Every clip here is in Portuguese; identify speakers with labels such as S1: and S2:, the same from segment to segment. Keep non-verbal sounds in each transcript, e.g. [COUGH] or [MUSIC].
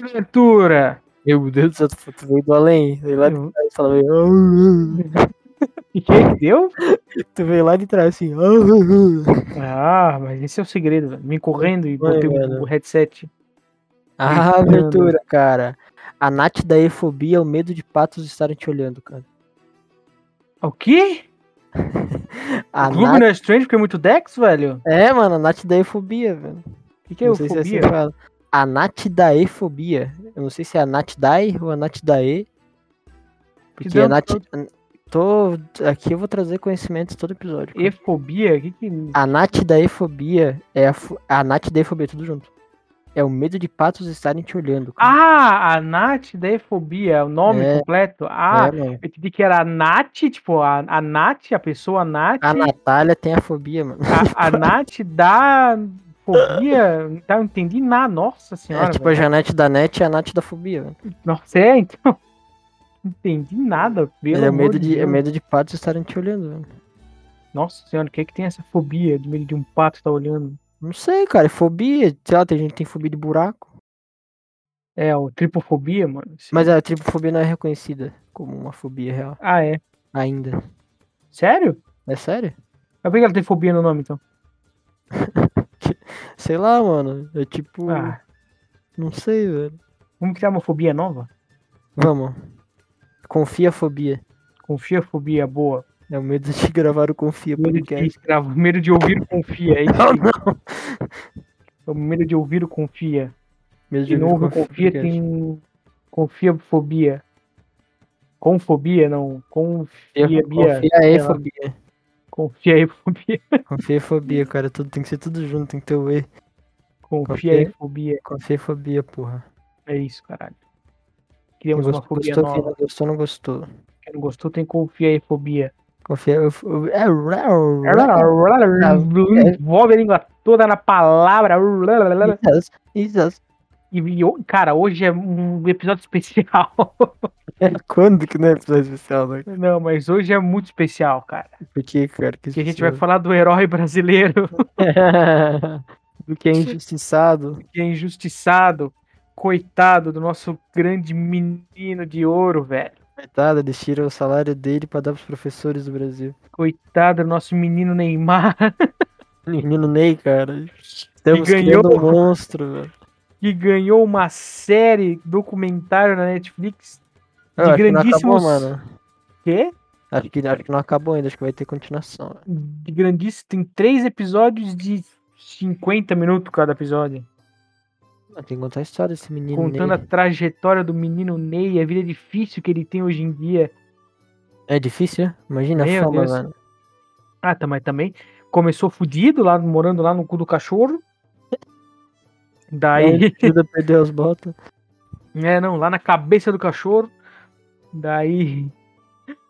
S1: Aventura!
S2: Meu Deus do céu, tu tu veio do além. Veio lá de
S1: Eu-
S2: trás, fala meio, "Ah, ah,
S1: E é que deu?
S2: ah". Tu veio lá de trás assim. "Ah, ah,
S1: Ah, mas esse é o segredo, velho. Me correndo e
S2: Foi,
S1: botei o,
S2: velho.
S1: o headset.
S2: ah". A abertura, cara. A Nath da efobia é o medo de patos estarem te olhando, cara.
S1: Ah, O quê?
S2: A
S1: o Globo
S2: Nath...
S1: não é Strange porque é muito Dex, velho?
S2: É, mano, a Nath da efobia, velho.
S1: O que, que é
S2: não sei se é assim
S1: eufobia?
S2: que fala. A Natidaefobia. Eu não sei se é a Natidai ou a Natidae. Porque
S1: deu-
S2: a Nat... Tô... Aqui eu vou trazer conhecimentos todo episódio. cara.
S1: Efobia? O que que...
S2: A Natidaefobia é a, fo- a Natidaefobia, tudo junto. É o medo de patos estarem te olhando. cara.
S1: Ah, a Nath da efobia, o nome
S2: É.
S1: completo. Ah,
S2: É, mano.
S1: eu entendi que era a Nath, tipo, a, a Nath, a pessoa Nath.
S2: A Natália tem a fobia, mano.
S1: A, a Nath da fobia. Tá, eu entendi na nossa senhora.
S2: é tipo a
S1: velho.
S2: Janete da Net e a Nath da fobia, velho.
S1: Nossa, é, então. [LAUGHS] Não entendi nada. Pelo
S2: É o
S1: amor
S2: medo de, é
S1: Deus.
S2: medo de patos estarem te olhando, velho.
S1: Nossa senhora, o que é que tem essa fobia de medo de um pato estar olhando?
S2: Não sei, cara. É fobia. Sei lá, tem gente que tem fobia de buraco.
S1: É, o tripofobia, mano. Isso-
S2: Mas a tripofobia não é reconhecida como uma fobia real
S1: Ah, é.
S2: ainda.
S1: Sério?
S2: É sério?
S1: Eu vi que ela tem fobia no nome, então.
S2: Sei lá, mano. É tipo.
S1: Ah,
S2: Não sei, velho.
S1: vamos criar uma fobia nova?
S2: Vamos. Confia fobia.
S1: Confia fobia boa.
S2: É o medo de [LAUGHS] gravar o Confia
S1: Medo de,
S2: podcast.
S1: escravo, [LAUGHS] medo de ouvir o confia. É isso
S2: Não,
S1: aí.
S2: não.
S1: É o medo de ouvir o confia.
S2: Medo
S1: De
S2: ouvir o
S1: novo, confia
S2: podcast.
S1: tem. Confia fobia. Com fobia, não. Confia, confia,
S2: Confia, confia
S1: sei
S2: e
S1: lá.
S2: fobia.
S1: confia aí, [LAUGHS] fobia.
S2: [LAUGHS] Confia e fobia, cara. Tudo, tem que ser tudo junto, tem que ter o E.
S1: Confia aí, fobia.
S2: Confia e fobia, porra.
S1: É isso, caralho.
S2: Quem
S1: Criamos uma
S2: gostou,
S1: fobia
S2: gostou, quem
S1: nova.
S2: não gostou, não gostou.
S1: Quem não gostou tem confia aí, fobia.
S2: Confia. eu- eu- é, é, é,
S1: Envolve a língua toda na palavra.
S2: né?
S1: né?
S2: Isso, é isso.
S1: E, e ho- cara, hoje é um episódio especial. [LAUGHS]
S2: É quando que não é episódio especial, né?
S1: Não, mas hoje é muito especial, cara.
S2: Por que, cara? Que
S1: Que a gente
S2: especial.
S1: vai falar do herói brasileiro [LAUGHS]
S2: [LAUGHS] do que é injustiçado.
S1: que é injustiçado, coitado do nosso grande menino de ouro, velho.
S2: Coitado, eles tiram o salário dele pra dar pros professores do Brasil.
S1: Coitado do nosso menino Neymar, [LAUGHS]
S2: Menino Ney, cara. Estamos
S1: ganhou.
S2: criando um monstro, velho.
S1: que ganhou uma série documentário na Netflix.
S2: Eu acho que não
S1: grandíssimos-
S2: acabou, mano.
S1: Que?
S2: Acho que, acho que não acabou ainda, acho que vai ter continuação. velho.
S1: de grandíssimo. Tem três episódios de 50 minutos cada episódio.
S2: Mas Tem que contar a história desse menino
S1: contando
S2: Ney.
S1: a trajetória do menino Ney, a vida difícil que ele tem hoje em dia.
S2: É difícil, né? Imagina
S1: Meu
S2: a fama,
S1: Deus.
S2: mano.
S1: Ah, tá, mas também começou fudido lá, morando lá no cu do
S2: [LAUGHS]
S1: cachorro. Daí.
S2: Ele ajuda a perder as botas.
S1: É, não, lá na cabeça do cachorro. Daí. [LAUGHS]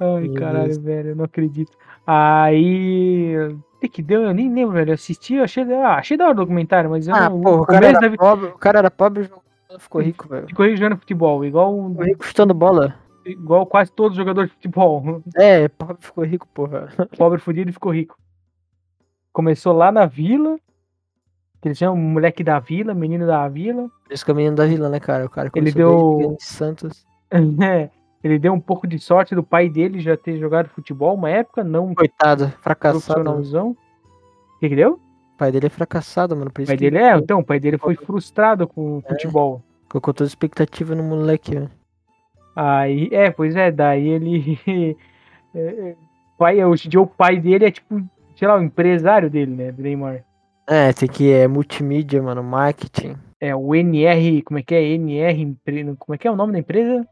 S1: Ai,
S2: Meu
S1: caralho,
S2: Deus.
S1: velho, eu não acredito. Aí. O que que deu? Eu nem lembro, velho. Eu assisti, eu achei, ah, achei da hora o documentário, mas eu
S2: Ah,
S1: não.
S2: porra, o cara
S1: começo da
S2: era
S1: vida-
S2: pobre, o cara era pobre e jogou bola, ficou rico, velho.
S1: Ficou aí jogando futebol, igual, um-
S2: Ficou rico chutando bola.
S1: igual quase todos os jogadores de futebol. [LAUGHS]
S2: É, pobre ficou rico, porra.
S1: Pobre fudido e ficou rico. Começou lá na vila. Que eles chamam moleque da vila, menino da vila. [LAUGHS]
S2: Por isso que é o menino da vila, né, cara? O cara começou
S1: deu-
S2: desde pequeno de Santos.
S1: É, Ele deu um pouco de sorte do pai dele já ter jogado futebol uma época, não
S2: Coitado, fracassado. mano.
S1: profissionalzão. O que, que deu?
S2: O pai dele é fracassado, mano. Por
S1: O
S2: isso
S1: pai
S2: que
S1: dele é, então, o pai dele foi frustrado com
S2: É.
S1: o futebol.
S2: colocou toda a expectativa no moleque. né?
S1: Aí, é, pois é, daí ele. [LAUGHS] é, é, pai, hoje em dia o pai dele é tipo, sei lá, o empresário dele, né? Do Neymar.
S2: É, tem que é multimídia, mano, marketing.
S1: É o NR, como é que é? NR, empre- como é que é o nome da empresa?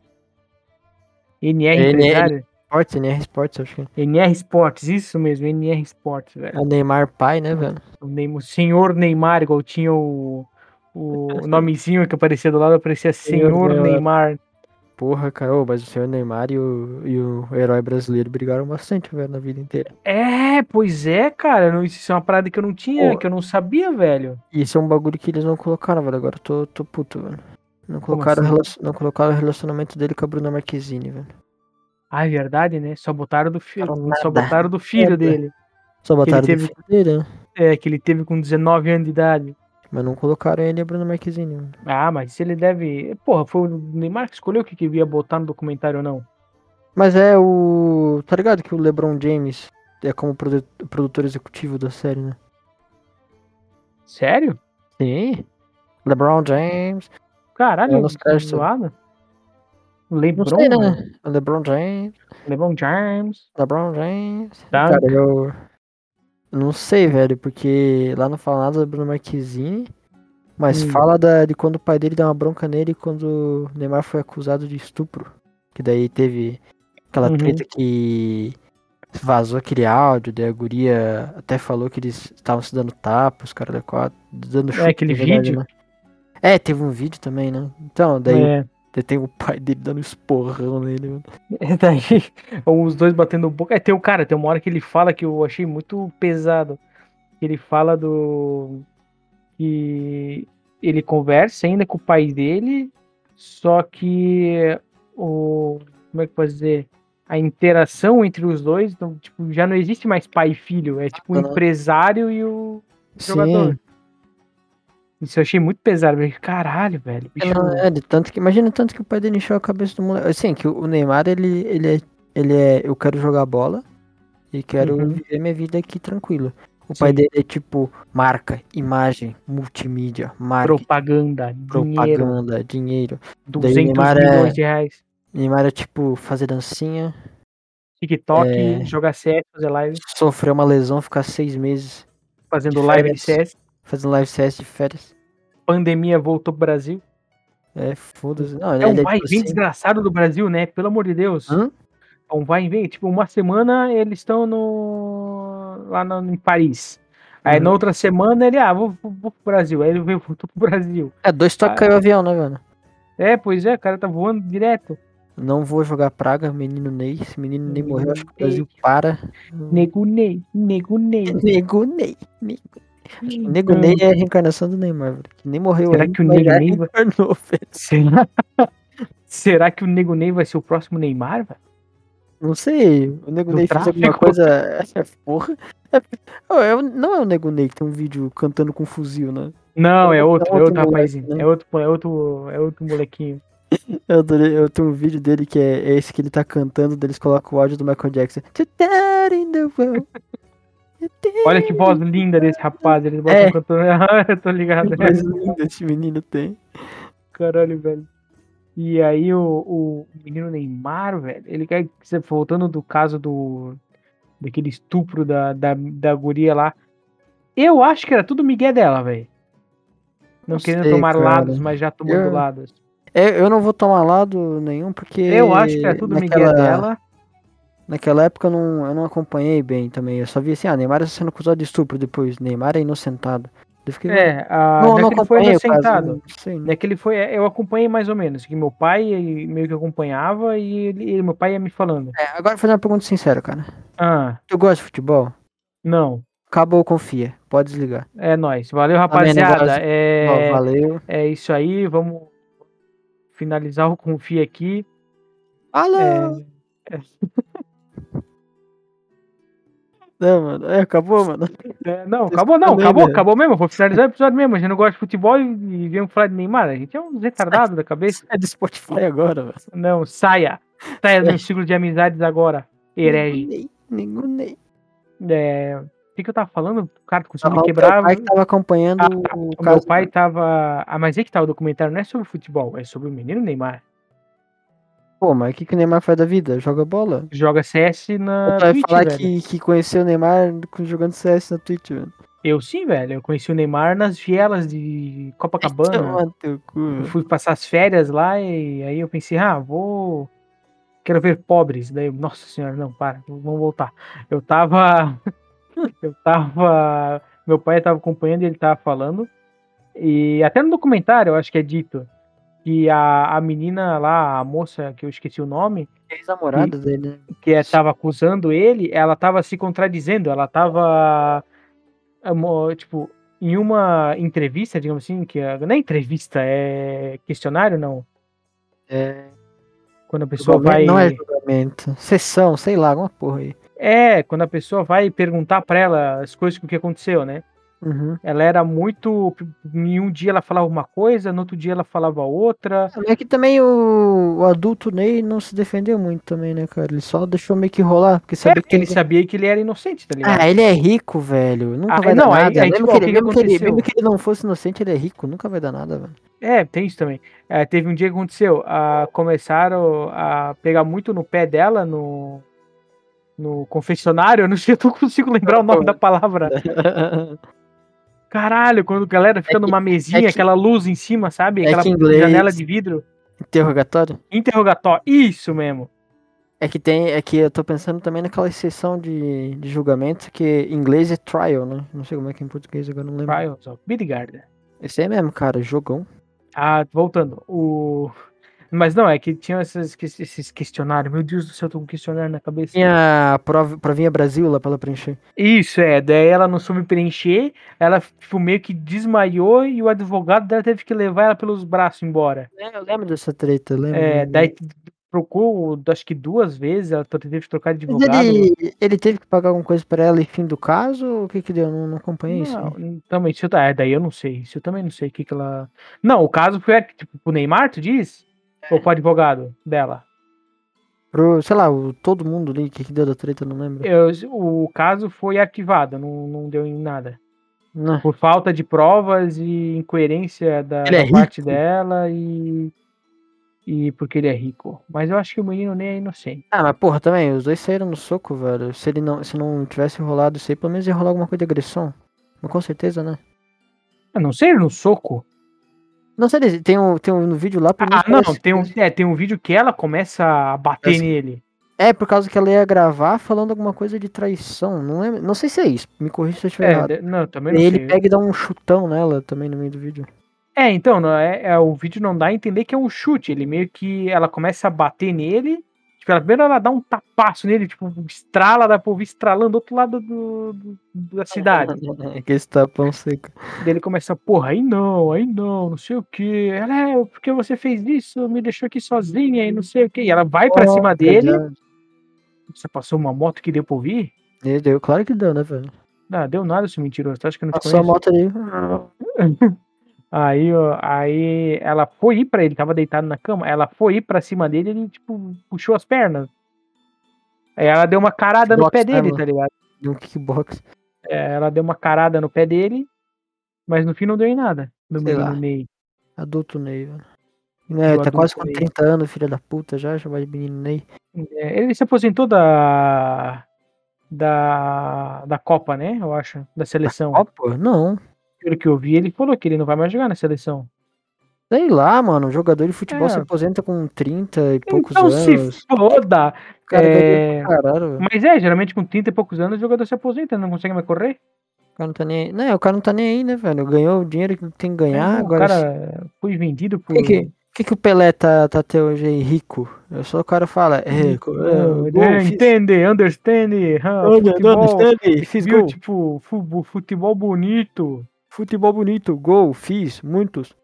S1: NR
S2: NR.
S1: Empresário?
S2: Sports, NR Sports, acho que. é.
S1: NR Sports, isso mesmo, NR Sports, velho.
S2: É o Neymar pai, né, velho?
S1: O, Neym- o senhor Neymar, igual tinha o,
S2: [LAUGHS]
S1: o nomezinho que aparecia do lado, aparecia
S2: Senhor
S1: senhor
S2: Neymar.
S1: Neymar.
S2: Porra, cara, ô, mas o senhor Neymar e o, e o herói brasileiro brigaram bastante, velho, na vida inteira.
S1: É, pois é, cara, não- isso é uma parada que eu não tinha,
S2: Porra.
S1: que eu não sabia, velho.
S2: E isso é um bagulho que eles não colocaram, velho. Agora eu tô, tô puto, velho. Não colocaram,
S1: assim?
S2: relacion- não colocaram o relacionamento dele com a Bruna Marquezine, velho.
S1: Ah, é verdade, né? Só botaram do filho,
S2: Falaram
S1: só
S2: nada. É, né?
S1: botaram do filho
S2: Nada.
S1: dele.
S2: Só botaram
S1: teve-
S2: do filho dele, né?
S1: É, que ele teve com 19 anos de idade.
S2: Mas não colocaram ele e Bruno Marquezine. mano.
S1: Ah, mas se ele deve. Porra, foi o Neymar que escolheu o que, que ia botar no documentário ou não.
S2: Mas é o. Tá ligado que o LeBron James é como produ- produtor executivo da série, né?
S1: Sério?
S2: Sim. LeBron James.
S1: Caralho,
S2: É, nos créditos.
S1: zoado.
S2: Não
S1: Lebron,
S2: sei, né? LeBron James.
S1: Lebron James.
S2: LeBron James.
S1: Tá.
S2: Cara, eu. eu Não sei, velho, porque lá não fala nada do Bruno Marquezine. Mas
S1: Hum.
S2: fala da- de quando o pai dele deu uma bronca nele quando o Neymar foi acusado de estupro. Que daí teve aquela
S1: Uhum.
S2: treta que vazou aquele áudio, daí a guria até falou que eles estavam se dando tapa, os caras da quadra, dando chute.
S1: aquele
S2: na verdade,
S1: vídeo.
S2: né? É, teve um vídeo também, né? Então, daí
S1: É.
S2: daí tem o pai dele dando esporrão nele, mano.
S1: [LAUGHS] É Daí, os dois batendo boca. É, tem o cara, tem uma hora que ele fala que eu achei muito pesado. Ele fala do. que ele conversa ainda com o pai dele, só que o. Como é que eu posso dizer? A interação entre os dois, então, tipo, já não existe mais pai e filho. É tipo o
S2: Aham.
S1: empresário e o jogador. Isso eu achei muito pesado. eu falei, Caralho, velho.
S2: É,
S1: bicho,
S2: não, é, de tanto que, imagina tanto que o pai dele encheu a cabeça do moleque. Assim, que o o Neymar, ele, ele, é, ele é. Eu quero jogar bola e quero
S1: Uhum.
S2: viver minha vida aqui tranquilo. O pai
S1: Sim.
S2: dele é tipo marca, imagem, multimídia, marketing,
S1: propaganda, dinheiro,
S2: propaganda, dinheiro.
S1: 200
S2: Neymar é-
S1: milhões de reais.
S2: Neymar é tipo fazer dancinha,
S1: TikTok,
S2: É.
S1: jogar CS, fazer live,
S2: sofrer uma lesão, ficar seis meses
S1: fazendo
S2: De
S1: live de
S2: férias.
S1: CS.
S2: fazendo live CS de férias.
S1: Pandemia voltou pro Brasil.
S2: É, foda-se. Não,
S1: É
S2: ele
S1: um
S2: é
S1: vai e
S2: tipo
S1: vem
S2: assim,
S1: desgraçado do Brasil, né? Pelo amor de Deus.
S2: Hã?
S1: É um vai e vem. Tipo, uma semana eles estão no... lá no- em Paris. Aí
S2: Uhum.
S1: na outra semana ele, ah, vou, vou, vou pro Brasil. Aí ele veio, voltou pro Brasil.
S2: É, dois toques
S1: Ah.
S2: caiu o avião, né, mano?
S1: É, pois é, o cara tá voando direto.
S2: Não vou jogar praga, menino Ney. Esse menino Ney morreu,
S1: Menino
S2: acho que o Brasil
S1: Ney.
S2: para.
S1: Negunei, negunei.
S2: Nego Ney. [LAUGHS] Nego Ney é a reencarnação do Neymar, velho. Que nem morreu
S1: Será
S2: ainda,
S1: que o
S2: mas
S1: Nego
S2: já
S1: Ney vai- [LAUGHS]
S2: reencarnou, velho.
S1: Será... Será que o Nego Ney vai ser o próximo Neymar, velho?
S2: Não sei. O Nego
S1: Do
S2: Ney fez alguma
S1: tráfico?
S2: coisa. É, porra. É- é o- não é o Nego Ney que tem um vídeo cantando com fuzil, né?
S1: Não, é
S2: É
S1: outro, é
S2: outro
S1: outro
S2: moleque,
S1: rapazinho.
S2: né?
S1: É outro, é outro, é outro molequinho.
S2: Eu, adorei- eu tenho um vídeo dele que é, é esse que ele tá cantando, deles colocam o áudio do Michael Jackson. To that in the world.
S1: Olha que voz linda desse rapaz. Eles botam
S2: É.
S1: cantando. Ah, [LAUGHS] eu tô ligado.
S2: Que coisa linda esse menino tem.
S1: Caralho, velho. E aí o, o menino Neymar, velho, ele quer. Voltando do caso do. Daquele estupro da, da, da guria lá. Eu acho que era tudo migué dela, velho. Não,
S2: Não
S1: querendo
S2: sei,
S1: tomar
S2: cara.
S1: lados, mas já tomando
S2: Eu-
S1: lados.
S2: É, eu não vou tomar lado nenhum, porque.
S1: Eu acho que era tudo migué dela.
S2: Naquela época eu não, eu não acompanhei bem também. Eu só vi assim, ah, Neymar está sendo acusado de estupro depois. Neymar é inocentado. Eu fiquei,
S1: É, a,
S2: não,
S1: não,
S2: não
S1: que ele foi
S2: acompanhei o caso.
S1: inocentado.
S2: Não sei, né?
S1: né, que ele foi, eu acompanhei mais ou menos, que meu pai ele meio que acompanhava e ele, ele- meu pai ia me falando.
S2: É, agora vou fazer uma pergunta sincera, cara.
S1: Ah,
S2: Tu gosta de futebol?
S1: não,
S2: Acabou, confia. Pode desligar.
S1: é nóis. Valeu,
S2: Amém,
S1: rapaziada.
S2: negócio. Ó,
S1: É,
S2: valeu.
S1: é isso aí, vamos finalizar o Confia aqui.
S2: Alô!
S1: É,
S2: Não, mano. É, acabou, mano.
S1: é, não, acabou não,
S2: também,
S1: acabou,
S2: né?
S1: acabou mesmo. Vou finalizar o episódio mesmo. A gente não gosta de futebol e, e vem falar de Neymar. A gente é uns retardados da cabeça.
S2: É do Spotify agora, velho.
S1: Não, saia. Saia
S2: É.
S1: do meu ciclo de amizades agora, herege.
S2: Ninguém, ninguém. Uhum.
S1: É, o que, que eu tava falando? O cara conseguiu me
S2: Tava o teu
S1: quebrar.
S2: pai que tava acompanhando o
S1: O né? Ah, tá, meu
S2: caso.
S1: pai tava. Ah, mas é que tá, o documentário não é sobre futebol, é sobre o menino Neymar.
S2: Pô, mas o que, que o Neymar faz da vida? Joga bola?
S1: Joga CS
S2: O
S1: na
S2: pai
S1: Tá Twitch,
S2: falar
S1: velho.
S2: que, que conheceu o Neymar com- jogando CS na Twitch, velho.
S1: Eu sim, velho. Eu conheci o Neymar nas vielas de Copacabana.
S2: Toma teu cu,
S1: Eu
S2: velho.
S1: fui passar as férias lá e aí eu pensei, ah, vou. Quero ver pobres. Daí, eu, nossa senhora, não, para, vamos voltar. Eu tava. [LAUGHS] eu tava. Meu pai tava acompanhando e ele tava falando. E até no documentário, eu acho que é dito. Que a, a menina lá, a moça que eu esqueci o nome,
S2: Ex-namorada dele, né?
S1: que estava acusando ele, ela estava se contradizendo, ela estava tipo em uma entrevista, digamos assim, que a- não é entrevista, é questionário não,
S2: É.
S1: quando a pessoa vai
S2: julgamento Não é julgamento. Sessão, sei lá, alguma porra aí.
S1: é, quando a pessoa vai perguntar para ela as coisas que o que aconteceu, né?
S2: Uhum.
S1: Ela era muito. Em um dia ela falava uma coisa, no outro dia ela falava outra.
S2: É que também o, o adulto Ney não se defendeu muito também, né, cara? Ele só deixou meio que rolar, porque
S1: É,
S2: sabia
S1: porque
S2: que
S1: ele sabia que ele era inocente, tá ligado?
S2: Ah, ele é rico, velho. Nunca
S1: Ah,
S2: vai
S1: não,
S2: dar
S1: aí-
S2: nada.
S1: aí,
S2: mesmo,
S1: tipo, o
S2: que ele,
S1: que
S2: mesmo,
S1: que
S2: que ele,
S1: aconteceu?
S2: mesmo que ele não fosse inocente, ele é rico. Nunca vai dar nada, velho.
S1: É, tem isso também. É, teve um dia que aconteceu, a, começaram a pegar muito no pé dela no, no confessionário, [LAUGHS] eu não sei, eu não consigo lembrar o nome da palavra. [LAUGHS] Caralho, quando a galera fica
S2: É que-
S1: numa mesinha,
S2: que-
S1: aquela luz em cima, sabe?
S2: é
S1: Aquela
S2: que inglês-
S1: janela de vidro.
S2: Interrogatório?
S1: Interrogatório, isso mesmo.
S2: É que tem. É que eu tô pensando também naquela sessão de, de julgamento que em inglês é trial, né? Não sei como é que é em português, agora não lembro.
S1: Trials of Midgard.
S2: Esse aí mesmo, cara, jogão.
S1: Ah, voltando. O... Mas não, é que tinha esses, que- esses questionários. Meu Deus do céu, eu tô com um questionário na cabeça.
S2: Tinha a prova, provinha Brasil lá pra ela preencher.
S1: Isso, é. Daí ela não soube preencher, ela tipo, meio que desmaiou e o advogado dela teve que levar ela pelos braços embora.
S2: É, eu lembro dessa treta, eu lembro.
S1: É, daí trocou, acho que duas vezes, ela teve que trocar de
S2: Mas
S1: advogado.
S2: ele, ele teve que pagar alguma coisa pra ela e fim do caso? Ou o que que deu? Não, não acompanhei isso.
S1: Não, também, isso, tá- é, daí eu não sei. Isso eu também não sei o que, que ela. Não, o caso foi tipo, pro Neymar, tu diz?
S2: É.
S1: Ou pro advogado dela?
S2: Pro, sei lá, o, todo mundo ali, o que que deu da treta, eu não lembro.
S1: Eu- o caso foi arquivado, não, não deu em nada.
S2: Não.
S1: por falta de provas e incoerência da,
S2: Ele é
S1: da
S2: rico.
S1: parte dela e e porque ele é rico. Mas eu acho que o menino nem é inocente.
S2: Ah, mas porra, também, os dois saíram no soco, velho. Se ele não, se não tivesse rolado isso aí, pelo menos ia rolar alguma coisa de agressão. Mas com certeza, né?
S1: A não ser no soco.
S2: Não sei, ele- tem um, tem um no vídeo lá, pelo
S1: Ah,
S2: menos
S1: não,
S2: parece-
S1: tem um, é, tem um vídeo que ela começa a bater
S2: Parece-
S1: nele.
S2: É, por causa que ela ia gravar falando alguma coisa de traição. Não lembro, não sei se é isso. Me corrija se eu estiver
S1: É,
S2: errado.
S1: de- não, eu também não
S2: E ele
S1: sei.
S2: pega e dá um chutão nela também no meio do vídeo.
S1: É, então, não, é, é, o vídeo não dá a entender que é um chute. Ele meio que ela começa a bater nele. Tipo, ela, primeiro ela dá um tapaço nele, tipo, estrala, dá pra ouvir estralando do outro lado do- do- da
S2: tá [LAUGHS]
S1: cidade.
S2: Aquele tapão seco.
S1: Daí ele começa, porra, aí não, aí não, não sei o que. Ela é, porque você fez isso, me deixou aqui sozinha e não sei o que. E ela vai pra cima dele. Você passou uma moto que deu pra ouvir?
S2: Ele deu, claro que deu, né, velho?
S1: Não, deu nada, seu mentiroso. Tá? Acho que eu não te
S2: Passou a
S1: conheço.
S2: moto ali.
S1: Aí, ó, aí ela foi ir pra ele, tava deitado na cama. Ela foi ir pra cima dele ele, tipo, puxou as pernas. Aí ela deu uma carada no
S2: Box,
S1: pé
S2: né,
S1: dele,
S2: mano?
S1: tá ligado?
S2: Deu um kickbox.
S1: É, ela deu uma carada no pé dele, mas no fim não deu em nada. Do
S2: Sei lá.
S1: menino Ney.
S2: Adulto Ney, velho. É,
S1: Do
S2: tá quase
S1: adulto
S2: com
S1: Ney.
S2: 30 anos, filha da puta, já chamar de menino Ney.
S1: É, Ele se aposentou da, da, da Copa, né? Eu acho, da seleção.
S2: Ó, pô, não.
S1: Pelo que eu vi, ele falou que ele não vai mais jogar na seleção.
S2: Sei lá, mano. um Jogador de futebol
S1: É.
S2: se aposenta com 30 e poucos
S1: então
S2: anos.
S1: se foda!
S2: O cara
S1: É,
S2: ganha pra caralho, velho.
S1: Mas é, geralmente com 30 e poucos anos o jogador se aposenta, não consegue mais correr.
S2: O cara não tá nem aí. Não, o cara não tá nem aí, né, velho? Ganhou o dinheiro que tem que ganhar,
S1: É, o
S2: agora.
S1: cara foi vendido por.
S2: O que, que, que que o Pelé tá, tá até hoje aí rico? Eu só o cara fala, é, co- é,
S1: Ah,
S2: gol,
S1: é,
S2: fiz-
S1: entende, understand, ah,
S2: olha,
S1: futebol,
S2: dona Stanley, fiz
S1: viu,
S2: gol,
S1: tipo, fu- futebol bonito,
S2: futebol bonito, gol, fiz, muitos.
S1: fiz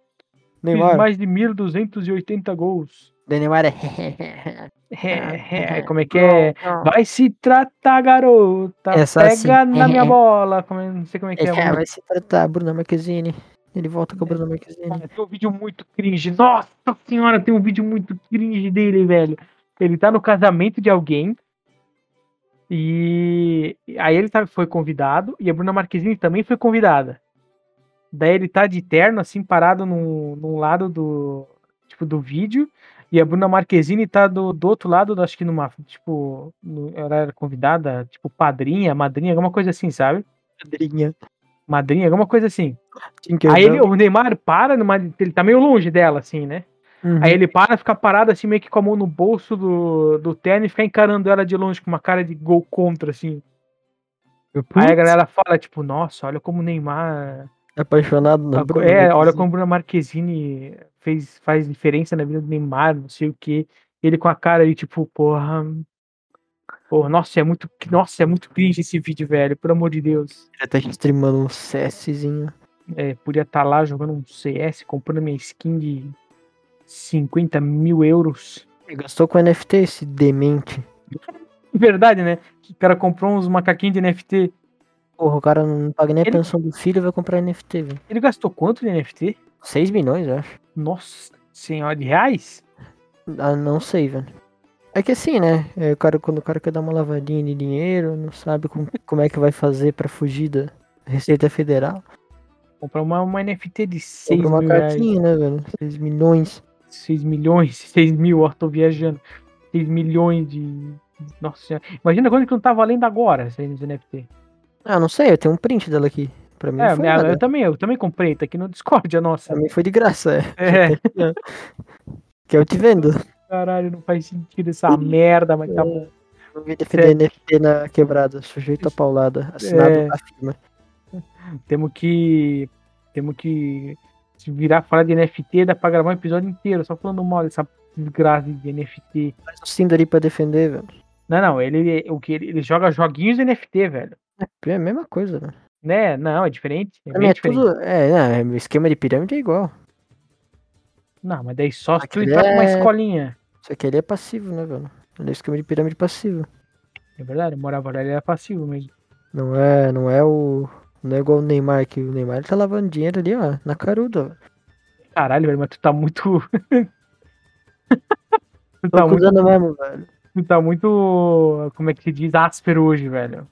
S2: Neymar,
S1: mais de 1.280 gols.
S2: Daí Neymar
S1: [LAUGHS]
S2: é.
S1: É, é, como é
S2: [LAUGHS]
S1: que é? Vai se tratar, garota.
S2: Essa
S1: Pega
S2: assim.
S1: na minha bola. Como é- não sei como é que é.
S2: É,
S1: Vamos...
S2: vai se tratar, Bruna Marquezine. Ele volta com o Bruna Marquezine.
S1: Cara, Tem um vídeo muito cringe. Nossa senhora, tem um vídeo muito cringe dele, velho. Ele tá no casamento de alguém. E aí ele tá- foi convidado. E a Bruna Marquezine também foi convidada. Daí ele tá de terno, assim, parado num, num lado do. Tipo, do vídeo. E a Bruna Marquezine tá do, do outro lado, do- acho que numa. Tipo, no- ela era convidada, tipo, padrinha, madrinha, alguma coisa assim, sabe?
S2: Pedrinha.
S1: Madrinha, alguma coisa assim.
S2: Tinkerbell.
S1: Aí ele, o Neymar para, numa, ele tá meio longe dela, assim, né?
S2: Uhum.
S1: Aí ele para, fica parado assim, meio que com a mão no bolso do, do terno e fica encarando ela de longe com uma cara de gol contra, assim. Aí a
S2: Putz,
S1: galera fala, tipo, nossa, olha como o Neymar.
S2: Apaixonado na Bruna
S1: é, olha
S2: Marquezine.
S1: como o Bruno Marquezine fez, faz diferença na vida do Neymar, não sei o quê. Ele com a cara ali, tipo, porra. Porra, nossa, é muito. Nossa, é muito cringe esse vídeo, velho. Pelo amor de Deus.
S2: Ele tá streamando um CSzinho.
S1: É, podia estar lá jogando um CS, comprando minha skin de 50 mil euros. [LAUGHS]
S2: Ele gastou com NFT esse demente.
S1: É Verdade, né? Que o cara comprou uns macaquinhos de NFT.
S2: Porra, o cara não paga nem a
S1: Ele-
S2: pensão do filho e vai comprar NFT, velho.
S1: Ele gastou quanto de NFT?
S2: 6 milhões, é. eu acho.
S1: Nossa senhora, de reais?
S2: Ah, não sei, velho. É que assim, né? é, o cara, quando o cara quer dar uma lavadinha de dinheiro, não sabe com- como é que vai fazer pra fugir da Receita Federal.
S1: Comprar uma, uma NFT de 6
S2: Compra uma
S1: mil reais.
S2: cartinha, né, velho? 6 milhões.
S1: 6 milhões, [LAUGHS] 6 mil, ó, tô viajando. 6 milhões de. Nossa senhora. Imagina quanto que não tá valendo agora esse NFT.
S2: Ah, não sei, eu tenho um print dela aqui. Pra mim,
S1: É,
S2: não foi
S1: eu,
S2: nada.
S1: eu também, eu também comprei, tá aqui no Discord, a nossa.
S2: Pra mim foi de graça, é.
S1: É,
S2: Que eu te vendo.
S1: caralho, não faz sentido essa
S2: [LAUGHS]
S1: merda,
S2: É.
S1: mas tá bom.
S2: Eu vi defender NFT na quebrada, sujeito a paulada, assinado
S1: É.
S2: a firma.
S1: Temos que. Temos que se virar falar de NFT, dá pra gravar um episódio inteiro, só falando mal dessa desgraça de NFT.
S2: Mas o Cinder aí pra defender, velho.
S1: Não, não, ele, o que ele, ele joga joguinhos NFT, velho.
S2: É a mesma coisa, velho.
S1: Né? Não, é diferente. É
S2: Pra mim
S1: bem
S2: é
S1: diferente.
S2: tudo. É, não, é, o esquema de pirâmide é igual.
S1: Não, mas daí só se tu
S2: Aquele
S1: entrar com uma
S2: é-
S1: escolinha.
S2: Só que ele é passivo, né, velho? Ele é o esquema de pirâmide passivo.
S1: É verdade, morava lá, ele era passivo mesmo.
S2: Não é, não é o. Não é igual o Neymar, que o Neymar ele tá lavando dinheiro ali, ó, na caruda. velho.
S1: Caralho, velho, mas tu tá muito. [LAUGHS] tu,
S2: Tô
S1: tá muito
S2: acusando mesmo, velho.
S1: tu tá muito. Como é que se diz? Áspero hoje, velho.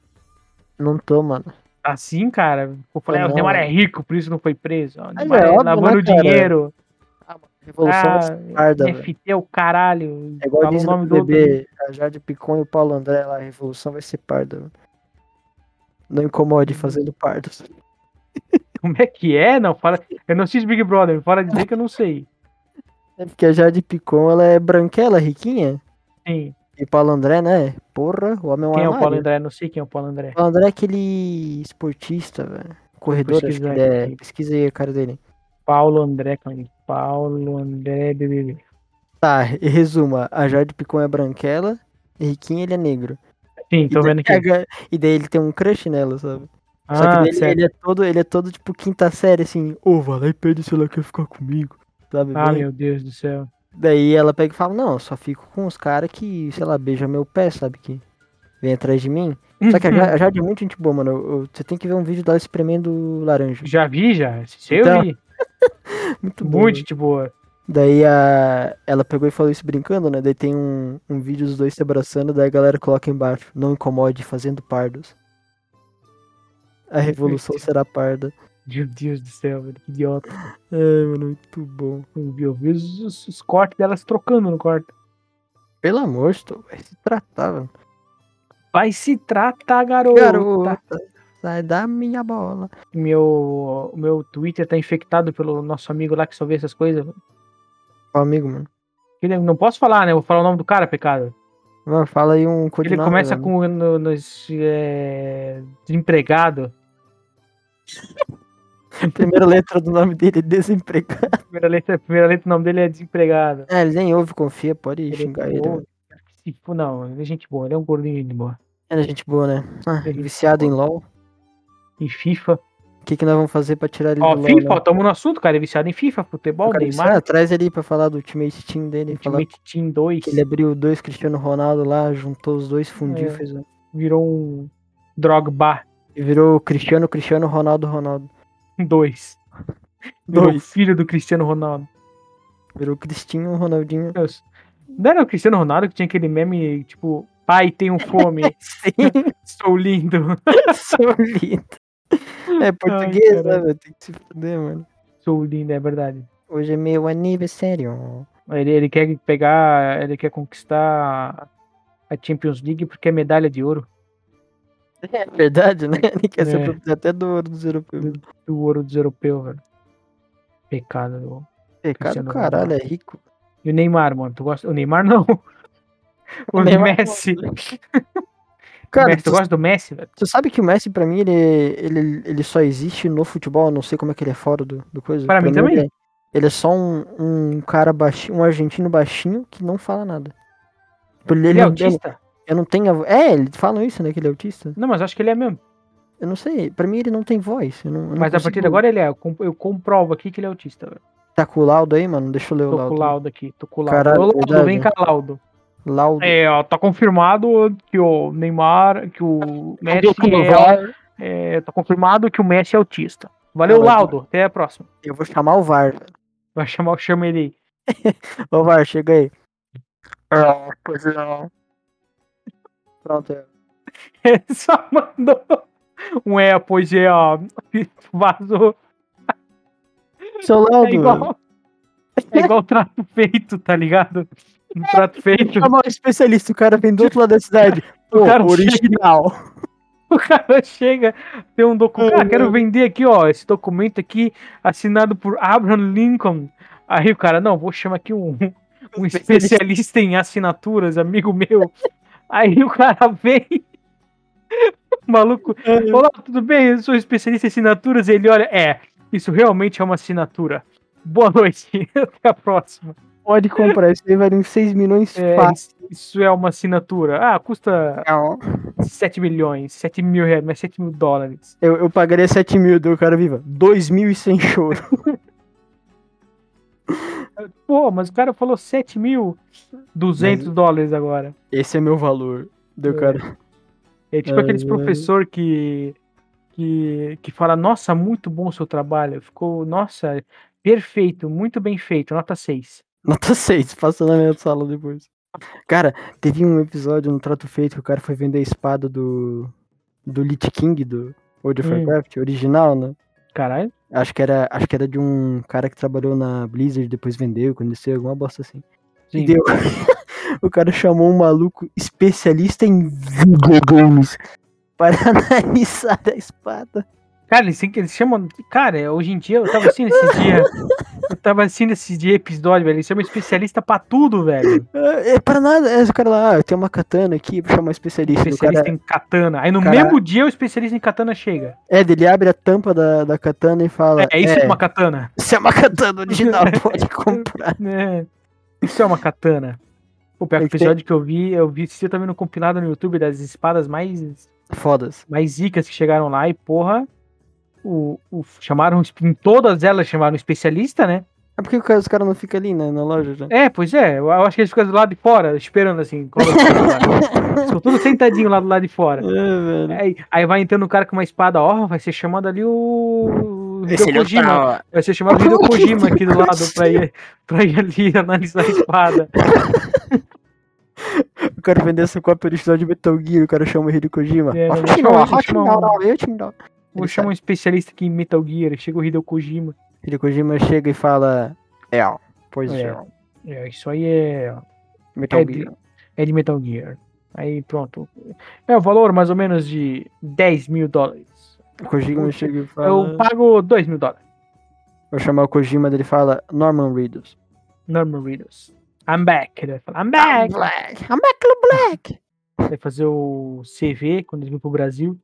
S2: Não tô, mano.
S1: Assim, cara. Eu falei, ah, o
S2: Não.
S1: Neymar é rico, por isso não foi preso. Ah, O
S2: Mas
S1: Neymar
S2: é
S1: é
S2: óbvio,
S1: lavando
S2: né, cara?
S1: dinheiro.
S2: Revolução
S1: Ah,
S2: bastarda, um velho.
S1: NFT é o caralho.
S2: É igual
S1: Fala o
S2: diz
S1: nome
S2: no
S1: do outro.
S2: BBB, a Jade Picon e o Paulo André lá, a revolução vai ser parda. velho. Não incomode fazendo pardos.
S1: [LAUGHS] Como é que é? Não, fala. Eu não assisto Big Brother, fala dizer que eu não sei.
S2: É porque a Jade Picon, ela é branquela, riquinha.
S1: Sim.
S2: E Paulo André, né? Porra, o homem é um
S1: Quem é o Paulo
S2: armário.
S1: André? Não sei quem é o Paulo André.
S2: Paulo André é aquele esportista, velho. Corredor, acho que
S1: pesquisar
S2: ele é.
S1: aqui.
S2: Pesquisa aí a cara dele.
S1: Paulo André, calma aí. Paulo André BBB.
S2: Tá, e resuma. A Jade Picon é branquela, e riquinha ele é negro.
S1: Sim, tô
S2: e, daí
S1: vendo aqui.
S2: a Ga- e daí ele tem um crush nela, sabe? Só que
S1: Ah,
S2: daí ele,
S1: certo.
S2: ele é todo, ele é todo tipo quinta série, assim. Ô, vai lá e pede se ela quer ficar comigo. Sabe?
S1: Ah,
S2: Vem.
S1: meu Deus do céu.
S2: Daí ela pega e fala, não, eu só fico com os caras que, sei lá, beijam meu pé, sabe? Que vem atrás de mim. Só
S1: [LAUGHS]
S2: que a Ja- a Jade é muito gente boa, mano. Eu- eu- você tem que ver um vídeo dela espremendo laranja.
S1: Já vi, já. Isso eu
S2: Então,
S1: vi.
S2: Muito bom.
S1: Muito
S2: né?
S1: de boa.
S2: Daí a... ela pegou e falou isso brincando, né? Daí tem um, um vídeo dos dois se abraçando, daí a galera coloca embaixo, não incomode, fazendo pardos. A revolução
S1: Deus.
S2: será parda.
S1: Meu Deus do céu, velho. Que idiota.
S2: É, mano, muito bom.
S1: Eu vi, eu vi os, os- os cortes delas trocando no quarto.
S2: Pelo amor, estou... vai se tratar, velho.
S1: Vai se tratar, garota.
S2: Garota, sai da minha bola.
S1: Meu, o meu Twitter tá infectado pelo nosso amigo lá que só vê essas coisas.
S2: Ó, amigo, mano.
S1: Ele, não posso falar, né? Vou falar o nome do cara, pecado.
S2: Mano, fala aí um
S1: Ele
S2: codinome.
S1: começa
S2: velho.
S1: com no, nos, é, desempregado.
S2: A primeira letra do nome dele [LAUGHS] é desempregado.
S1: A primeira letra, a primeira letra do nome dele é desempregado.
S2: É, ele nem ouve, confia, pode
S1: Ele
S2: xingar
S1: é
S2: ele.
S1: boa,
S2: velho.
S1: cara, que se for- não, ele é gente boa, ele é um gordinho de boa.
S2: Ele é gente boa, né? Ah,
S1: Ele é gente
S2: viciado em LOL.
S1: E FIFA.
S2: O que, que nós vamos fazer pra tirar ele
S1: Ó,
S2: do LOL?
S1: FIFA,
S2: né?
S1: ó, tamo no assunto, cara. É viciado em FIFA, futebol,
S2: Eu quero
S1: Neymar,
S2: viciar, Traz ele pra falar do Ultimate Team dele. Falar
S1: Ultimate Team 2.
S2: que ele é abriu dois Cristiano Ronaldo lá, juntou os dois, fundiu,
S1: É.
S2: fez um.
S1: Virou um Drogba
S2: E virou Cristiano, Cristiano, Ronaldo, Ronaldo.
S1: 2. Virou o
S2: Dois.
S1: filho do Cristiano Ronaldo.
S2: Virou
S1: [LAUGHS]
S2: Cristinho, Ronaldinho.
S1: Deus. Não era o Cristiano Ronaldo que tinha aquele meme, tipo, pai, tenho
S2: [LAUGHS]
S1: fome,
S2: Sim,
S1: estou lindo, [LAUGHS]
S2: sou lindo. É português, né,
S1: caralho.
S2: velho? Tem que se fuder, mano.
S1: sou lindo, é verdade.
S2: Hoje é meu aniversário.
S1: Ele, ele quer pegar, ele quer conquistar a Champions League porque é medalha de ouro,
S2: É verdade, né? [LAUGHS] Ele quer ser
S1: É.
S2: proprietário até do ouro dos europeus.
S1: do ouro dos europeus, velho. Pecado, meu.
S2: Pecado,
S1: Cristiano
S2: caralho, é rico.
S1: E o Neymar, mano, tu gosta? O Neymar não. O,
S2: Neymar
S1: Messi.
S2: Cara,
S1: Messi, tu
S2: tu,
S1: gosta do Messi, velho?
S2: tu sabe que o Messi, pra mim, ele, ele, ele só existe no futebol. eu Não sei como é que ele é fora do, do coisa.
S1: Pra mim também.
S2: Ele é, ele é só um, um cara baixinho, um argentino baixinho que não fala nada. Tipo, Ele,
S1: Ele é
S2: não- eu,
S1: autista?
S2: eu não tenho. a vo- É, eles falam isso, né? Que ele é autista.
S1: Não, mas eu acho que ele é mesmo.
S2: Eu não sei. Pra mim, ele não tem voz. Eu não, eu não
S1: Mas a partir
S2: consigo-
S1: de agora ele é. Eu com- eu comprovo aqui que ele é autista, velho.
S2: Tá com o laudo aí, mano? Deixa eu ler o
S1: Tô com o
S2: laudo.
S1: laudo aqui, tô com o laudo.
S2: Caralho,
S1: Ô, laudo,
S2: verdade.
S1: vem cá, laudo.
S2: Laudo.
S1: É, ó, tá confirmado que o Neymar, que o Messi é,
S2: Comprovar
S1: É, tá confirmado que o Messi é autista. Valeu,
S2: Valeu.
S1: Laudo. Até a próxima.
S2: Eu vou chamar o VAR. velho.
S1: Vai chamar o chama ele [LAUGHS] aí.
S2: Ô, VAR, chega aí. Ah, pois não. Pronto, é.
S1: Ele só mandou um é, pois é, ó. [LAUGHS] Vazou.
S2: Seu Laudo.
S1: É igual, [LAUGHS] é igual trato feito, tá [LAUGHS] ligado? Um trato feito.
S2: chamar o É especialista, o cara vem do outro lado da cidade.
S1: [LAUGHS] O
S2: Pô,
S1: cara chega-
S2: original.
S1: [LAUGHS] O cara chega, tem um documento. Ah,
S2: Uhum.
S1: quero vender aqui, ó. Esse documento aqui, assinado por Abraham Lincoln. Aí o cara, não, vou chamar aqui um, um especialista em assinaturas, amigo meu. Aí o cara vem. [LAUGHS] O maluco.
S2: Uhum.
S1: Olá, tudo bem? Eu sou especialista em assinaturas. Ele olha, é, isso realmente é uma assinatura. Boa noite. [LAUGHS] Até a próxima.
S2: Pode comprar, isso aí vale uns 6 milhões
S1: É,
S2: fácil.
S1: Isso é uma assinatura. Ah, custa 7 milhões, 7 mil reais, mas 7 mil dólares.
S2: Eu, eu pagaria 7 mil, deu o cara viva. 2 mil e sem choro.
S1: Pô, mas o cara falou 7.200 dólares agora.
S2: Esse é meu valor. Deu o cara.
S1: É tipo
S2: É,
S1: aqueles
S2: é.
S1: professor que, que que fala, nossa, muito bom o seu trabalho. Ficou, nossa, perfeito, muito bem feito, nota 6.
S2: Nota 6, passa na minha sala depois. Cara, teve um episódio no Trato Feito que o cara foi vender a espada do. do Lich King, do World of
S1: Hum.
S2: Warcraft, original, né?
S1: Caralho.
S2: Acho que, era, acho que era de um cara que trabalhou na Blizzard, depois vendeu, aconteceu, alguma bosta assim. E
S1: Sim.
S2: deu. [LAUGHS] o cara chamou um maluco especialista em videogames [LAUGHS] para analisar a espada.
S1: Cara, eles, eles chamam. Cara, hoje em dia eu tava assim nesses
S2: [LAUGHS]
S1: dias. Eu tava assim nesses dias episódio, velho. Eles chamam especialista pra tudo, velho.
S2: Ah, É para nada. É, o cara lá, ah, tem uma katana aqui, vou chamar um especialista. O
S1: Especialista
S2: cara,
S1: em katana. Aí no
S2: Cara-
S1: mesmo dia o especialista em katana chega.
S2: é, ele abre a tampa da, da katana e fala:
S1: É, isso é uma katana.
S2: Isso é uma
S1: [LAUGHS]
S2: katana original, pode comprar.
S1: É. Isso é uma katana. O pior
S2: É que tem-
S1: episódio que eu vi, eu vi esse dia também no compilado no YouTube das espadas mais,
S2: Foda-se.
S1: mais zicas que chegaram lá e, porra, o, o- chamaram, em todas elas chamaram um especialista, né?
S2: É porque o cara- os caras não ficam ali né, na loja já.
S1: É, pois é, eu acho que eles ficam do lado de fora, esperando assim. qual é o cara lá. Eles Ficam todos sentadinhos lá do lado de
S2: É,
S1: fora.
S2: velho.
S1: Aí, aí vai entrando o cara com uma espada, ó, vai ser chamado ali o. é o
S2: é
S1: Hideo Kojima. Vai ser chamado de Hideo Kojima aqui do lado pra ir, pra ir ali [LAUGHS] analisar a espada.
S2: O cara vendeu essa cópia original de Metal Gear, o cara chama o Hideo Kojima.
S1: É,
S2: Ó,
S1: não,
S2: Hideo,
S1: chama-
S2: ó,
S1: chama
S2: Hideo,
S1: um-
S2: ó, eu te dou.
S1: Vou
S2: Ele
S1: chamar um especialista aqui em Metal Gear, chega o Hideo Kojima.
S2: Hideo Kojima chega e fala: É, ó, pois
S1: É.
S2: é. ó,
S1: É, isso aí é,
S2: Metal
S1: É,
S2: Gear.
S1: é de Metal Gear. Aí pronto. É o valor mais ou menos de 10 mil dólares.
S2: O Kojima chega
S1: é
S2: e fala.
S1: Eu pago 2 mil dólares.
S2: Vou chamar o Kojima dele fala Norman Reedus.
S1: Norman Reedus. I'm back. Ele vai falar, I'm back.
S2: Black. I'm back to black.
S1: Vai fazer o CV quando ele vir pro Brasil.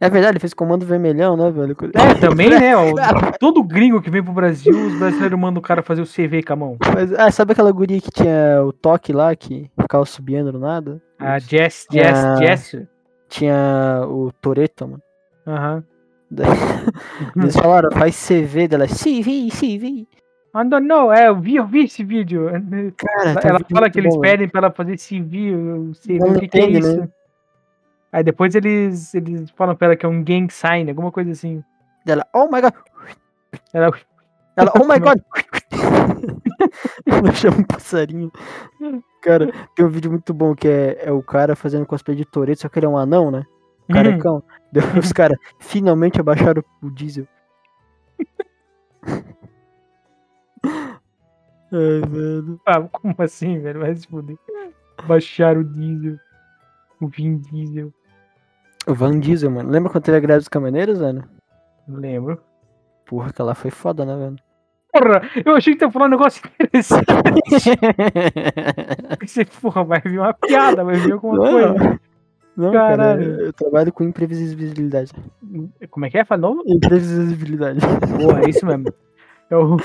S2: É verdade, ele fez comando vermelhão, né, velho?
S1: É, também, né? o- todo gringo que vem pro Brasil, os brasileiros mandam o cara fazer o CV com a mão.
S2: Mas, ah, sabe aquela guria que tinha o toque lá, que ficava subindo do nada?
S1: A Jess, Jess,
S2: Ah.
S1: Jess.
S2: Tinha o Toreto, mano.
S1: Aham.
S2: Eles falaram, faz CV dela. CV, CV.
S1: I don't know, é, eu vi, eu vi esse vídeo.
S2: Cara, tá
S1: ela
S2: muito
S1: fala que eles
S2: bom, velho.
S1: pedem pra ela fazer civil, eu sei
S2: Não
S1: o que, que é
S2: entende,
S1: isso.
S2: né?
S1: Aí depois eles, eles falam pra ela que é um gang sign, alguma coisa assim.
S2: Ela, oh my god.
S1: Ela,
S2: Ela, oh [LAUGHS] my god. Ela chama um passarinho. Cara, tem um vídeo muito bom que é, é o cara fazendo cosplay de Toreto, só que ele é um anão, né?
S1: "Hum,
S2: carecão. Deu, os caras finalmente abaixaram o diesel. Ai, velho.
S1: Ah, como assim, velho? Vai se fuder. Baixaram o diesel. O Vin Diesel.
S2: O Van Diesel, mano. Lembra quando teve a greve dos caminhoneiros, velho?
S1: Não lembro.
S2: Porra, aquela foi foda, né, [LAUGHS] velho?
S1: Porra, eu achei que tava falando um negócio [LAUGHS] interessante. Pensei, porra, vai vir uma piada, vai vir alguma coisa.
S2: Não,
S1: Caralho.
S2: cara, eu trabalho com imprevisibilidade.
S1: Como é que é? Falou?
S2: Imprevisibilidade.
S1: Boa, é isso mesmo. [LAUGHS] Eu,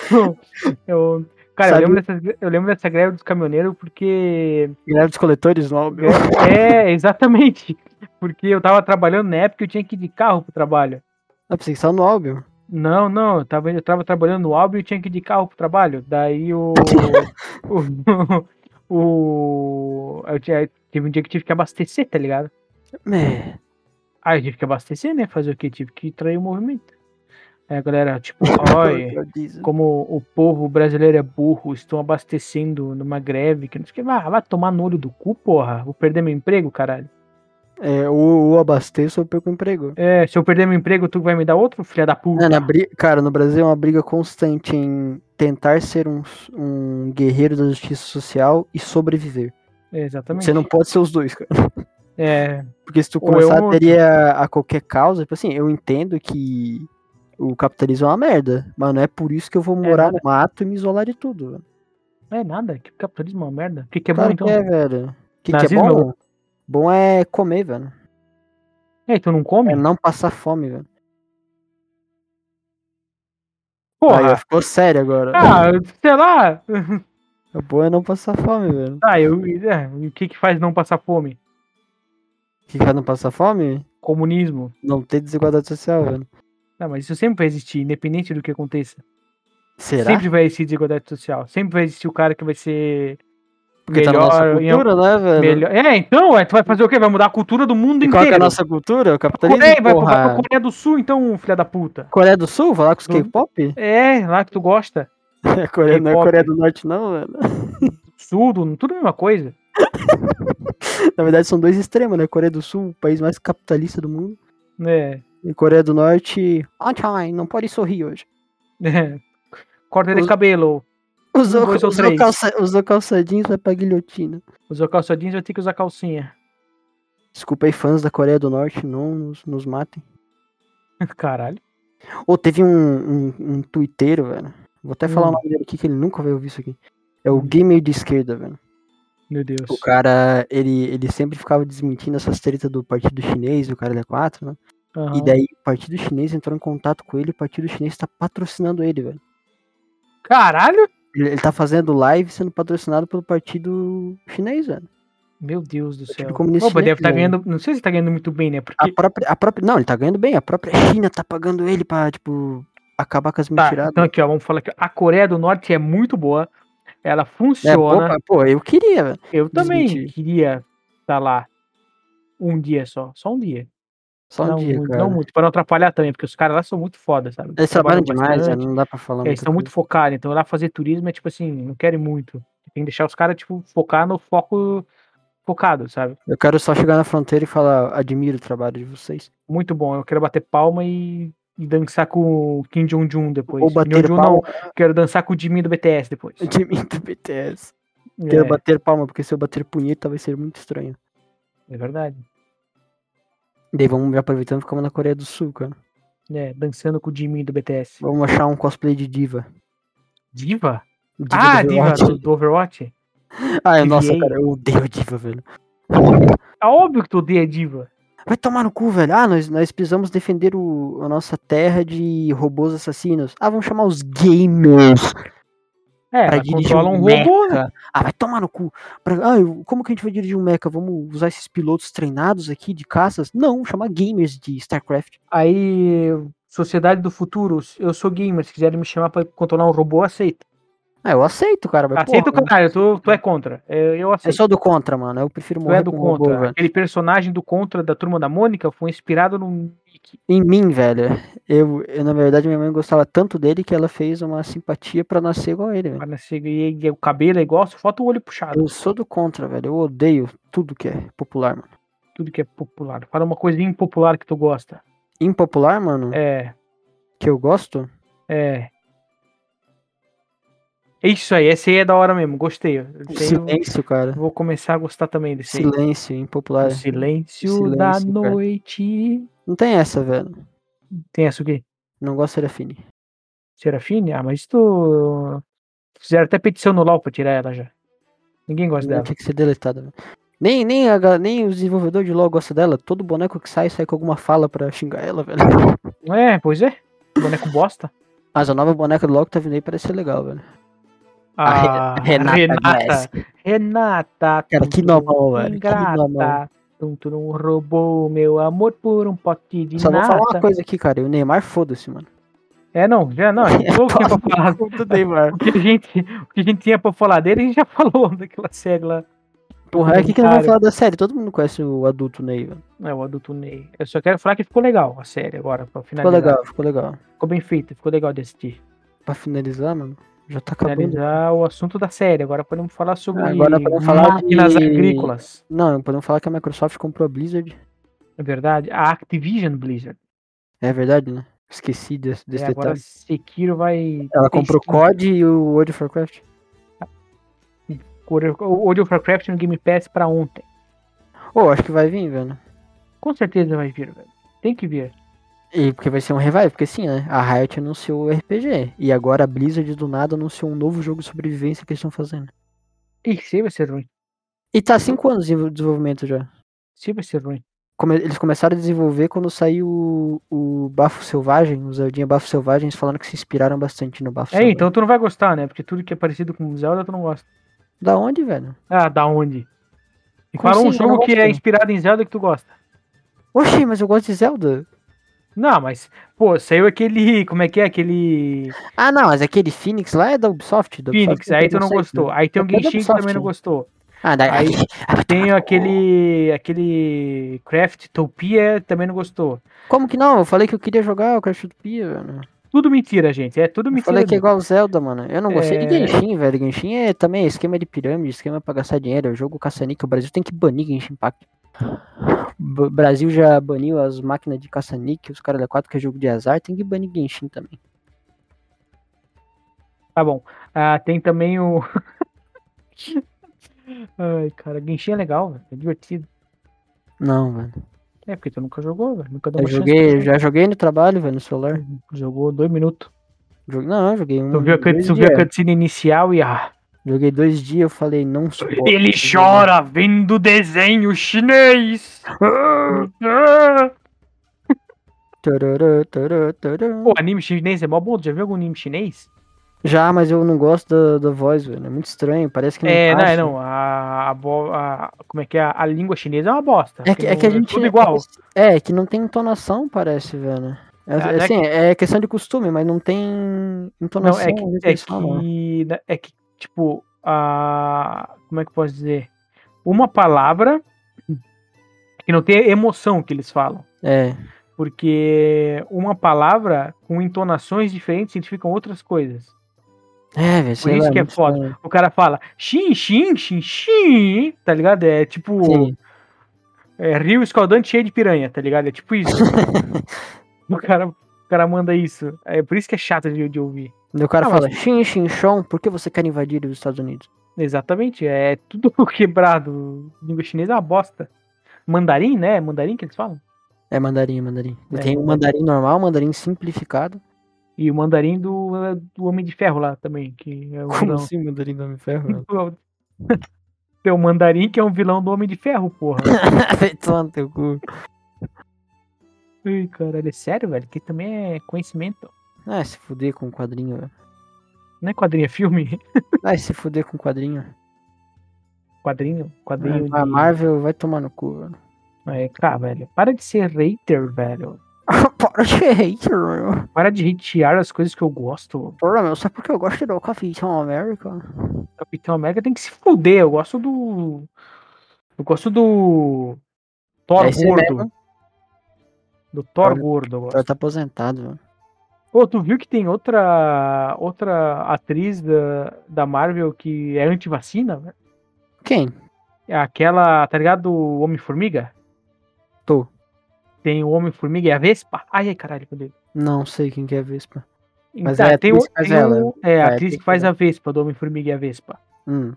S1: eu, cara,
S2: Sabe-
S1: eu lembro, dessa, eu lembro dessa greve dos caminhoneiros porque
S2: Greve dos coletores, não, meu.
S1: É, exatamente. Porque eu tava trabalhando na época eu tinha que ir de carro pro trabalho.
S2: Ah, pensei que só no álbum.
S1: Não, não, eu tava, eu tava trabalhando no Alba e eu tinha que ir de carro pro trabalho. Daí o. o, o eu tinha, teve um dia que eu tive que abastecer, tá ligado?
S2: É.
S1: Aí eu tive que abastecer, né? Fazer o quê? Tive que trair o movimento. Aí a galera, tipo, olha, como o povo brasileiro é burro, estão abastecendo numa greve, que não sei o que. Vai, vai tomar no olho do cu, porra. Vou perder meu emprego, caralho.
S2: É, ou, ou abasteço ou perco o emprego.
S1: É, se eu perder meu emprego, tu vai me dar outro, filha da puta.
S2: É, na bri- Cara, no Brasil é uma briga constante em tentar ser um, s- um guerreiro da justiça social e sobreviver.
S1: É, exatamente.
S2: Você não pode ser os dois, cara. [LAUGHS]
S1: É,
S2: Porque se tu
S1: Ou é um
S2: começar
S1: ou
S2: a
S1: outro.
S2: teria a qualquer causa, tipo assim, eu entendo que o capitalismo é uma merda, mas não é por isso que eu vou morar
S1: nada.
S2: no mato e me isolar de tudo.
S1: não é nada. Que capitalismo é uma merda. O que, que é
S2: Claro
S1: bom, então?
S2: que é, velho. O que, que é
S1: Nazismo é
S2: bom? Bom é comer, velho.
S1: É, tu não come?
S2: É não passar fome, velho. Aí, ó,
S1: Porra!
S2: ficou sério agora.
S1: Ah, sei lá.
S2: O bom é não passar fome, velho.
S1: Tá, eu. é, o que que faz não passar fome?
S2: O que vai não passar fome?
S1: Comunismo.
S2: Não ter desigualdade social, velho.
S1: Não, mas isso sempre vai existir, independente do que aconteça.
S2: Será?
S1: Sempre vai existir desigualdade social. Sempre vai existir o cara que vai ser.
S2: Porque tá na nossa
S1: melhor em algum-
S2: cultura, né, velho?
S1: Melhor. É, então, ué, tu vai fazer o quê? Vai mudar a cultura do mundo
S2: E qual que é
S1: inteiro.
S2: a nossa cultura? O capitalismo,
S1: Coreia, vai
S2: porra.
S1: pra Coreia Uhum. do Sul, então, filha da puta.
S2: Coreia do Sul? Vai lá com os
S1: Do-
S2: K-pop? [LAUGHS]
S1: É, lá que tu gosta.
S2: A Coreia, não é
S1: K-pop.
S2: Coreia do Norte, não, velho.
S1: Sul, do- tudo a mesma coisa.
S2: Na verdade, são dois extremos, né? Coreia do Sul, o país mais capitalista do mundo.
S1: É.
S2: E Coreia do Norte. Ah, tchau, não pode sorrir hoje.
S1: é. [LAUGHS] Corta de
S2: Os-
S1: cabelo.
S2: Usou,
S1: dois ou
S2: usou,
S1: três.
S2: calça, usou calça jeans, vai pra guilhotina.
S1: Usou calça jeans, vai ter que usar calcinha. [LAUGHS]
S2: Desculpa aí, fãs da Coreia do Norte, não nos, nos matem.
S1: Caralho.
S2: Ou teve um, um, um tuiteiro, velho. Vou até
S1: Hum.
S2: falar o nome dele aqui que ele nunca vai ouvir isso aqui. É o gamer de esquerda, velho.
S1: Meu Deus.
S2: O cara, ele, ele sempre ficava desmentindo essas tretas do partido chinês, do cara da 4, né?
S1: Aham.
S2: E daí o partido chinês entrou em contato com ele e o partido chinês tá patrocinando ele, velho.
S1: Caralho?
S2: Ele, ele tá fazendo live sendo patrocinado pelo partido chinês, velho.
S1: Meu Deus do
S2: Partido
S1: céu.
S2: Comunista
S1: Opa, deve
S2: Chinês,
S1: estar
S2: né? Ah,
S1: ganhando. Não sei se tá ganhando muito bem, né? Porque.
S2: A própria, a própria. Não, ele tá ganhando bem. A própria China tá pagando ele pra, tipo, acabar com as
S1: Tá,
S2: mentiradas.
S1: então aqui, ó, vamos falar aqui. A Coreia do Norte é muito boa. Ela
S2: é, pô,
S1: funciona.
S2: pá, pô, eu queria, velho.
S1: eu também
S2: desmentir.
S1: queria estar lá um dia só. Só um dia.
S2: Só um
S1: não,
S2: dia,
S1: muito,
S2: cara.
S1: não muito, pra não atrapalhar também, porque os caras lá são muito foda, sabe?
S2: Eles trabalham demais, né?
S1: bastante,
S2: não dá pra falar
S1: É, Eles
S2: muita
S1: são muito focados. Então lá fazer turismo é tipo assim, não querem muito. Tem que deixar os caras, tipo, focar no foco focado, sabe?
S2: coisa. Eu quero só chegar na fronteira e falar, admiro o trabalho de vocês.
S1: Muito bom. Eu quero bater palma e, e dançar com o Kim Jong-un depois.
S2: Ou
S1: Kim
S2: bater
S1: Jong-un
S2: palma.
S1: não. Quero dançar com o Jimmy do BTS depois.
S2: De mim [LAUGHS] do BTS. Quero
S1: É,
S2: bater palma, porque se eu bater punheta vai ser muito estranho.
S1: é verdade.
S2: Daí vamos me aproveitando e ficamos na Coreia do Sul, cara.
S1: É, dançando com o Jimmy do BTS.
S2: Vamos achar um cosplay de diva.
S1: Diva?
S2: Diva
S1: Ah,
S2: do
S1: Diva
S2: Overwatch.
S1: [LAUGHS] do, do Overwatch?
S2: Ah,
S1: TVA.
S2: nossa, cara, eu odeio a diva, velho. [LAUGHS]
S1: É óbvio que tu odeia Diva.
S2: Vai tomar no cu, velho. Ah, nós, nós precisamos defender o, a nossa terra de robôs assassinos. Ah, vamos chamar os gamers
S1: É,
S2: pra
S1: ela
S2: dirigir
S1: controla um robô, né?
S2: mecha. Ah, vai tomar no cu. Pra- ah, eu- como que a gente vai dirigir um mecha? Vamos usar esses pilotos treinados aqui de caças? Não, chamar gamers de StarCraft.
S1: Aí, Sociedade do Futuro, eu sou gamer, se quiserem me chamar pra controlar um robô, eu aceito.
S2: Ah, eu aceito, cara. Mas,
S1: aceito,
S2: porra,
S1: caralho, tu, tu é contra. Eu, eu
S2: Eu
S1: aceito.
S2: sou do contra, mano. Eu prefiro
S1: Tu é
S2: morrer
S1: do
S2: com um robô,
S1: contra.
S2: velho.
S1: Aquele personagem do contra da Turma da Mônica foi inspirado no Mickey.
S2: Em mim, velho. Eu, eu, na verdade, minha mãe gostava tanto dele que ela fez uma simpatia pra nascer igual a ele, velho.
S1: Pra nascer- E e o cabelo é igual, só falta o olho puxado.
S2: Eu sou do contra, velho. Eu odeio tudo que é popular, mano.
S1: Tudo que é popular. Fala uma coisa impopular que tu gosta.
S2: Impopular, mano,
S1: É,
S2: que eu gosto.
S1: é. É Isso aí, esse aí é da hora mesmo, gostei. Esse aí eu
S2: Silêncio, cara.
S1: vou começar a gostar também desse aí.
S2: Silêncio, impopular.
S1: O silêncio,
S2: silêncio,
S1: da
S2: cara.
S1: noite.
S2: Não tem essa, velho.
S1: Tem essa o quê?
S2: Não gosto de Serafine.
S1: Serafine? Ah, mas isso. Fizeram até petição no LOL pra tirar ela já. Ninguém gosta
S2: Ela
S1: dela.
S2: Tinha que ser deletada, velho. Nem, nem, a ga- nem os desenvolvedores de LoL gostam dela. Todo boneco que sai, sai com alguma fala pra xingar ela, velho. [LAUGHS]
S1: É, pois é. Boneco bosta.
S2: Mas a nova boneca do LoL que tá vindo aí parece ser legal, velho.
S1: A,
S2: Renata Glass.
S1: Ah, Renata. Renata.
S2: Cara,
S1: tum,
S2: que
S1: tum,
S2: normal, velho. Que
S1: Ingrata.
S2: normal.
S1: Tum, tum, roubou meu amor por um pote de
S2: Só vou falar uma
S1: nata.
S2: coisa aqui, cara. E o Neymar, foda-se, mano.
S1: É, não, já não. A gente
S2: [LAUGHS]
S1: falou o que tinha pra falar.
S2: Tudo
S1: [LAUGHS]
S2: Neymar.
S1: O que, a gente, o que a gente tinha pra falar dele, a gente já falou daquela série lá.
S2: Porra, o que, que não vai
S1: Cara.
S2: falar da série? Todo mundo conhece o adulto Ney, velho.
S1: É o adulto Ney. Eu só quero falar que ficou legal a série agora, pra
S2: Ficou
S1: finalizar.
S2: legal, ficou legal.
S1: Ficou bem feito, ficou legal de assistir.
S2: Pra finalizar, mano, já tá acabando.
S1: Finalizar o assunto da série. Agora podemos falar sobre
S2: Agora podemos falar
S1: máquinas
S2: de-
S1: agrícolas.
S2: Não, podemos falar que a Microsoft comprou a Blizzard.
S1: É verdade? A Activision Blizzard.
S2: É verdade, né? Esqueci desse, desse
S1: É, agora
S2: detalhe.
S1: Sekiro vai. ter
S2: Ela comprou o
S1: skin.
S2: COD e o World of Warcraft.
S1: Core- o World of Warcraft no Game Pass pra ontem.
S2: Ô, acho que vai vir, velho.
S1: Com certeza vai vir, velho. Tem que vir.
S2: E porque vai ser um revive, porque sim, né? A Riot anunciou o RPG. E agora a Blizzard do nada anunciou um novo jogo de sobrevivência que eles estão fazendo.
S1: E se vai ser ruim.
S2: E tá há 5 anos de desenvolvimento já.
S1: Se vai ser ruim.
S2: Come- eles começaram a desenvolver quando saiu o, o Bafo Selvagem, o Zeldinha Bafo Selvagem, eles falaram que se inspiraram bastante no Bafo
S1: É,
S2: Selvagem.
S1: então tu não vai gostar, né? Porque tudo que é parecido com Zelda tu não gosta.
S2: Da onde, velho?
S1: Ah, da onde? E
S2: Como
S1: fala um
S2: assim? Eu não
S1: jogo que é
S2: gosto.
S1: inspirado em Zelda que tu gosta.
S2: Oxi, mas eu gosto de Zelda.
S1: Não, mas, pô, saiu aquele. Como é que é? Aquele.
S2: Ah, não, mas aquele Phoenix lá é da Ubisoft. Da
S1: Phoenix,
S2: Ubisoft
S1: aí tu não
S2: preconceito.
S1: gostou. Aí tem o
S2: Eu gosto da
S1: Genshin que também não
S2: é Ubisoft.
S1: gostou.
S2: né? Ah, daí.
S1: Aí-
S2: Ah,
S1: Tem aquele. aquele. Craft Topia é, também não gostou.
S2: Como que não? Eu falei que eu queria jogar o Crash Utopia, velho.
S1: Tudo mentira, gente. É tudo
S2: Eu
S1: mentira.
S2: falei que é igual Zelda, mano. Eu não gostei de
S1: É.
S2: Genshin, velho. Genshin é também esquema de pirâmide, esquema pra gastar dinheiro. É jogo caça-níquel. O Brasil tem que banir Genshin Impact. O Brasil já baniu as máquinas de caça-níquel, os caras da 4 que é jogo de azar, tem que banir Genshin também.
S1: Tá bom. Ah, tem também o. [LAUGHS] Ai, cara, Genshin é legal, velho. É divertido.
S2: Não, velho.
S1: É, porque tu nunca jogou, velho. Nunca deu
S2: Eu
S1: uma chance
S2: joguei,
S1: pra
S2: já joguei no trabalho, velho, no celular.
S1: jogar. Jogou dois minutos.
S2: Joguei- não, eu joguei um.
S1: Tu viu a, cut-
S2: dois
S1: tu viu a
S2: dias.
S1: cutscene inicial e ah.
S2: Joguei dois dias, eu falei, não suporto.
S1: Ele chora vendo desenho chinês!
S2: Hum.
S1: Ah!
S2: Tarará, tarará, tarará.
S1: Pô, anime chinês é mó bom. Tu já viu algum anime chinês?
S2: Já, mas eu não gosto da, da voz, velho. É muito estranho, parece que não
S1: É, não, é,
S2: encaixa.
S1: não. A, a, bo- a- como é que é? A língua chinesa é uma bosta.
S2: É que, é
S1: não-
S2: que a gente.
S1: tudo igual.
S2: É, que não tem entonação, parece, velho.
S1: Ah,
S2: É, é,
S1: né,
S2: assim, é questão de costume, mas não tem
S1: Não,
S2: entonação.
S1: é que,
S2: às vezes
S1: é
S2: eles falam.
S1: que, na- é que, tipo, a, como é que eu posso dizer? Uma palavra que não tem emoção que eles falam.
S2: É,
S1: Porque uma palavra com entonações diferentes significam outras coisas.
S2: é, velho. sei
S1: isso
S2: lá,
S1: que é
S2: muito
S1: foda.
S2: estranho.
S1: O cara fala xin, xin, xin, xin, tá ligado? É tipo
S2: Sim.
S1: é, rio escaldante cheio de piranha, tá ligado? É tipo isso. o, cara, o cara manda isso. É por isso que é chato de, de ouvir.
S2: Daí O cara
S1: Ah, mas-
S2: fala, Xin, Xin, Chon, por que você quer invadir os Estados Unidos?
S1: Exatamente, é tudo [LAUGHS] quebrado. Língua chinesa é uma bosta. Mandarim, né? É Mandarim que eles falam.
S2: É mandarim, é mandarim.
S1: É,
S2: tem o mandarim normal, um mandarim simplificado.
S1: E o mandarim do, do Homem de Ferro lá também, que é o [LAUGHS] vilão.
S2: assim, mandarim do Homem Ferro? velho?
S1: Tem o mandarim que é um vilão do Homem de Ferro, porra.
S2: [LAUGHS] Vai tomar no teu cu.
S1: Ih, caralho, é sério, velho? Que também é conhecimento.
S2: Ah, se fuder com quadrinho, velho.
S1: Não é quadrinho, é filme? [LAUGHS]
S2: Vai se fuder com quadrinho.
S1: Quadrinho? Quadrinho
S2: a
S1: de-
S2: Marvel vai tomar no cu, velho. [LAUGHS]
S1: É, cara, velho. Para de ser hater, velho.
S2: Para de ser hater, meu.
S1: Para de hatear as coisas que eu gosto.
S2: Porra, meu, só porque eu gosto do Capitão América.
S1: Capitão América tem que se fuder. Eu gosto do. Eu gosto do. Thor
S2: É isso
S1: gordo.
S2: mesmo.
S1: Do Thor
S2: Thor-
S1: gordo. Eu gosto.
S2: Ela tá aposentado, velho.
S1: Pô, tu viu que tem outra. Outra atriz da, da Marvel que é anti-vacina? velho?
S2: Quem?
S1: É aquela, tá ligado? O Homem-Formiga?
S2: Tô.
S1: Tem o Homem-Formiga e a Vespa? Ai, ai, caralho, meu Deus.
S2: Não sei quem que é a Vespa. Mas
S1: Tá,
S2: é a
S1: tem o-
S2: atriz que faz
S1: tem
S2: ela.
S1: o- É, a
S2: É,
S1: atriz
S2: tem
S1: que faz
S2: que-
S1: a Vespa, do Homem-Formiga e a Vespa.
S2: Hum.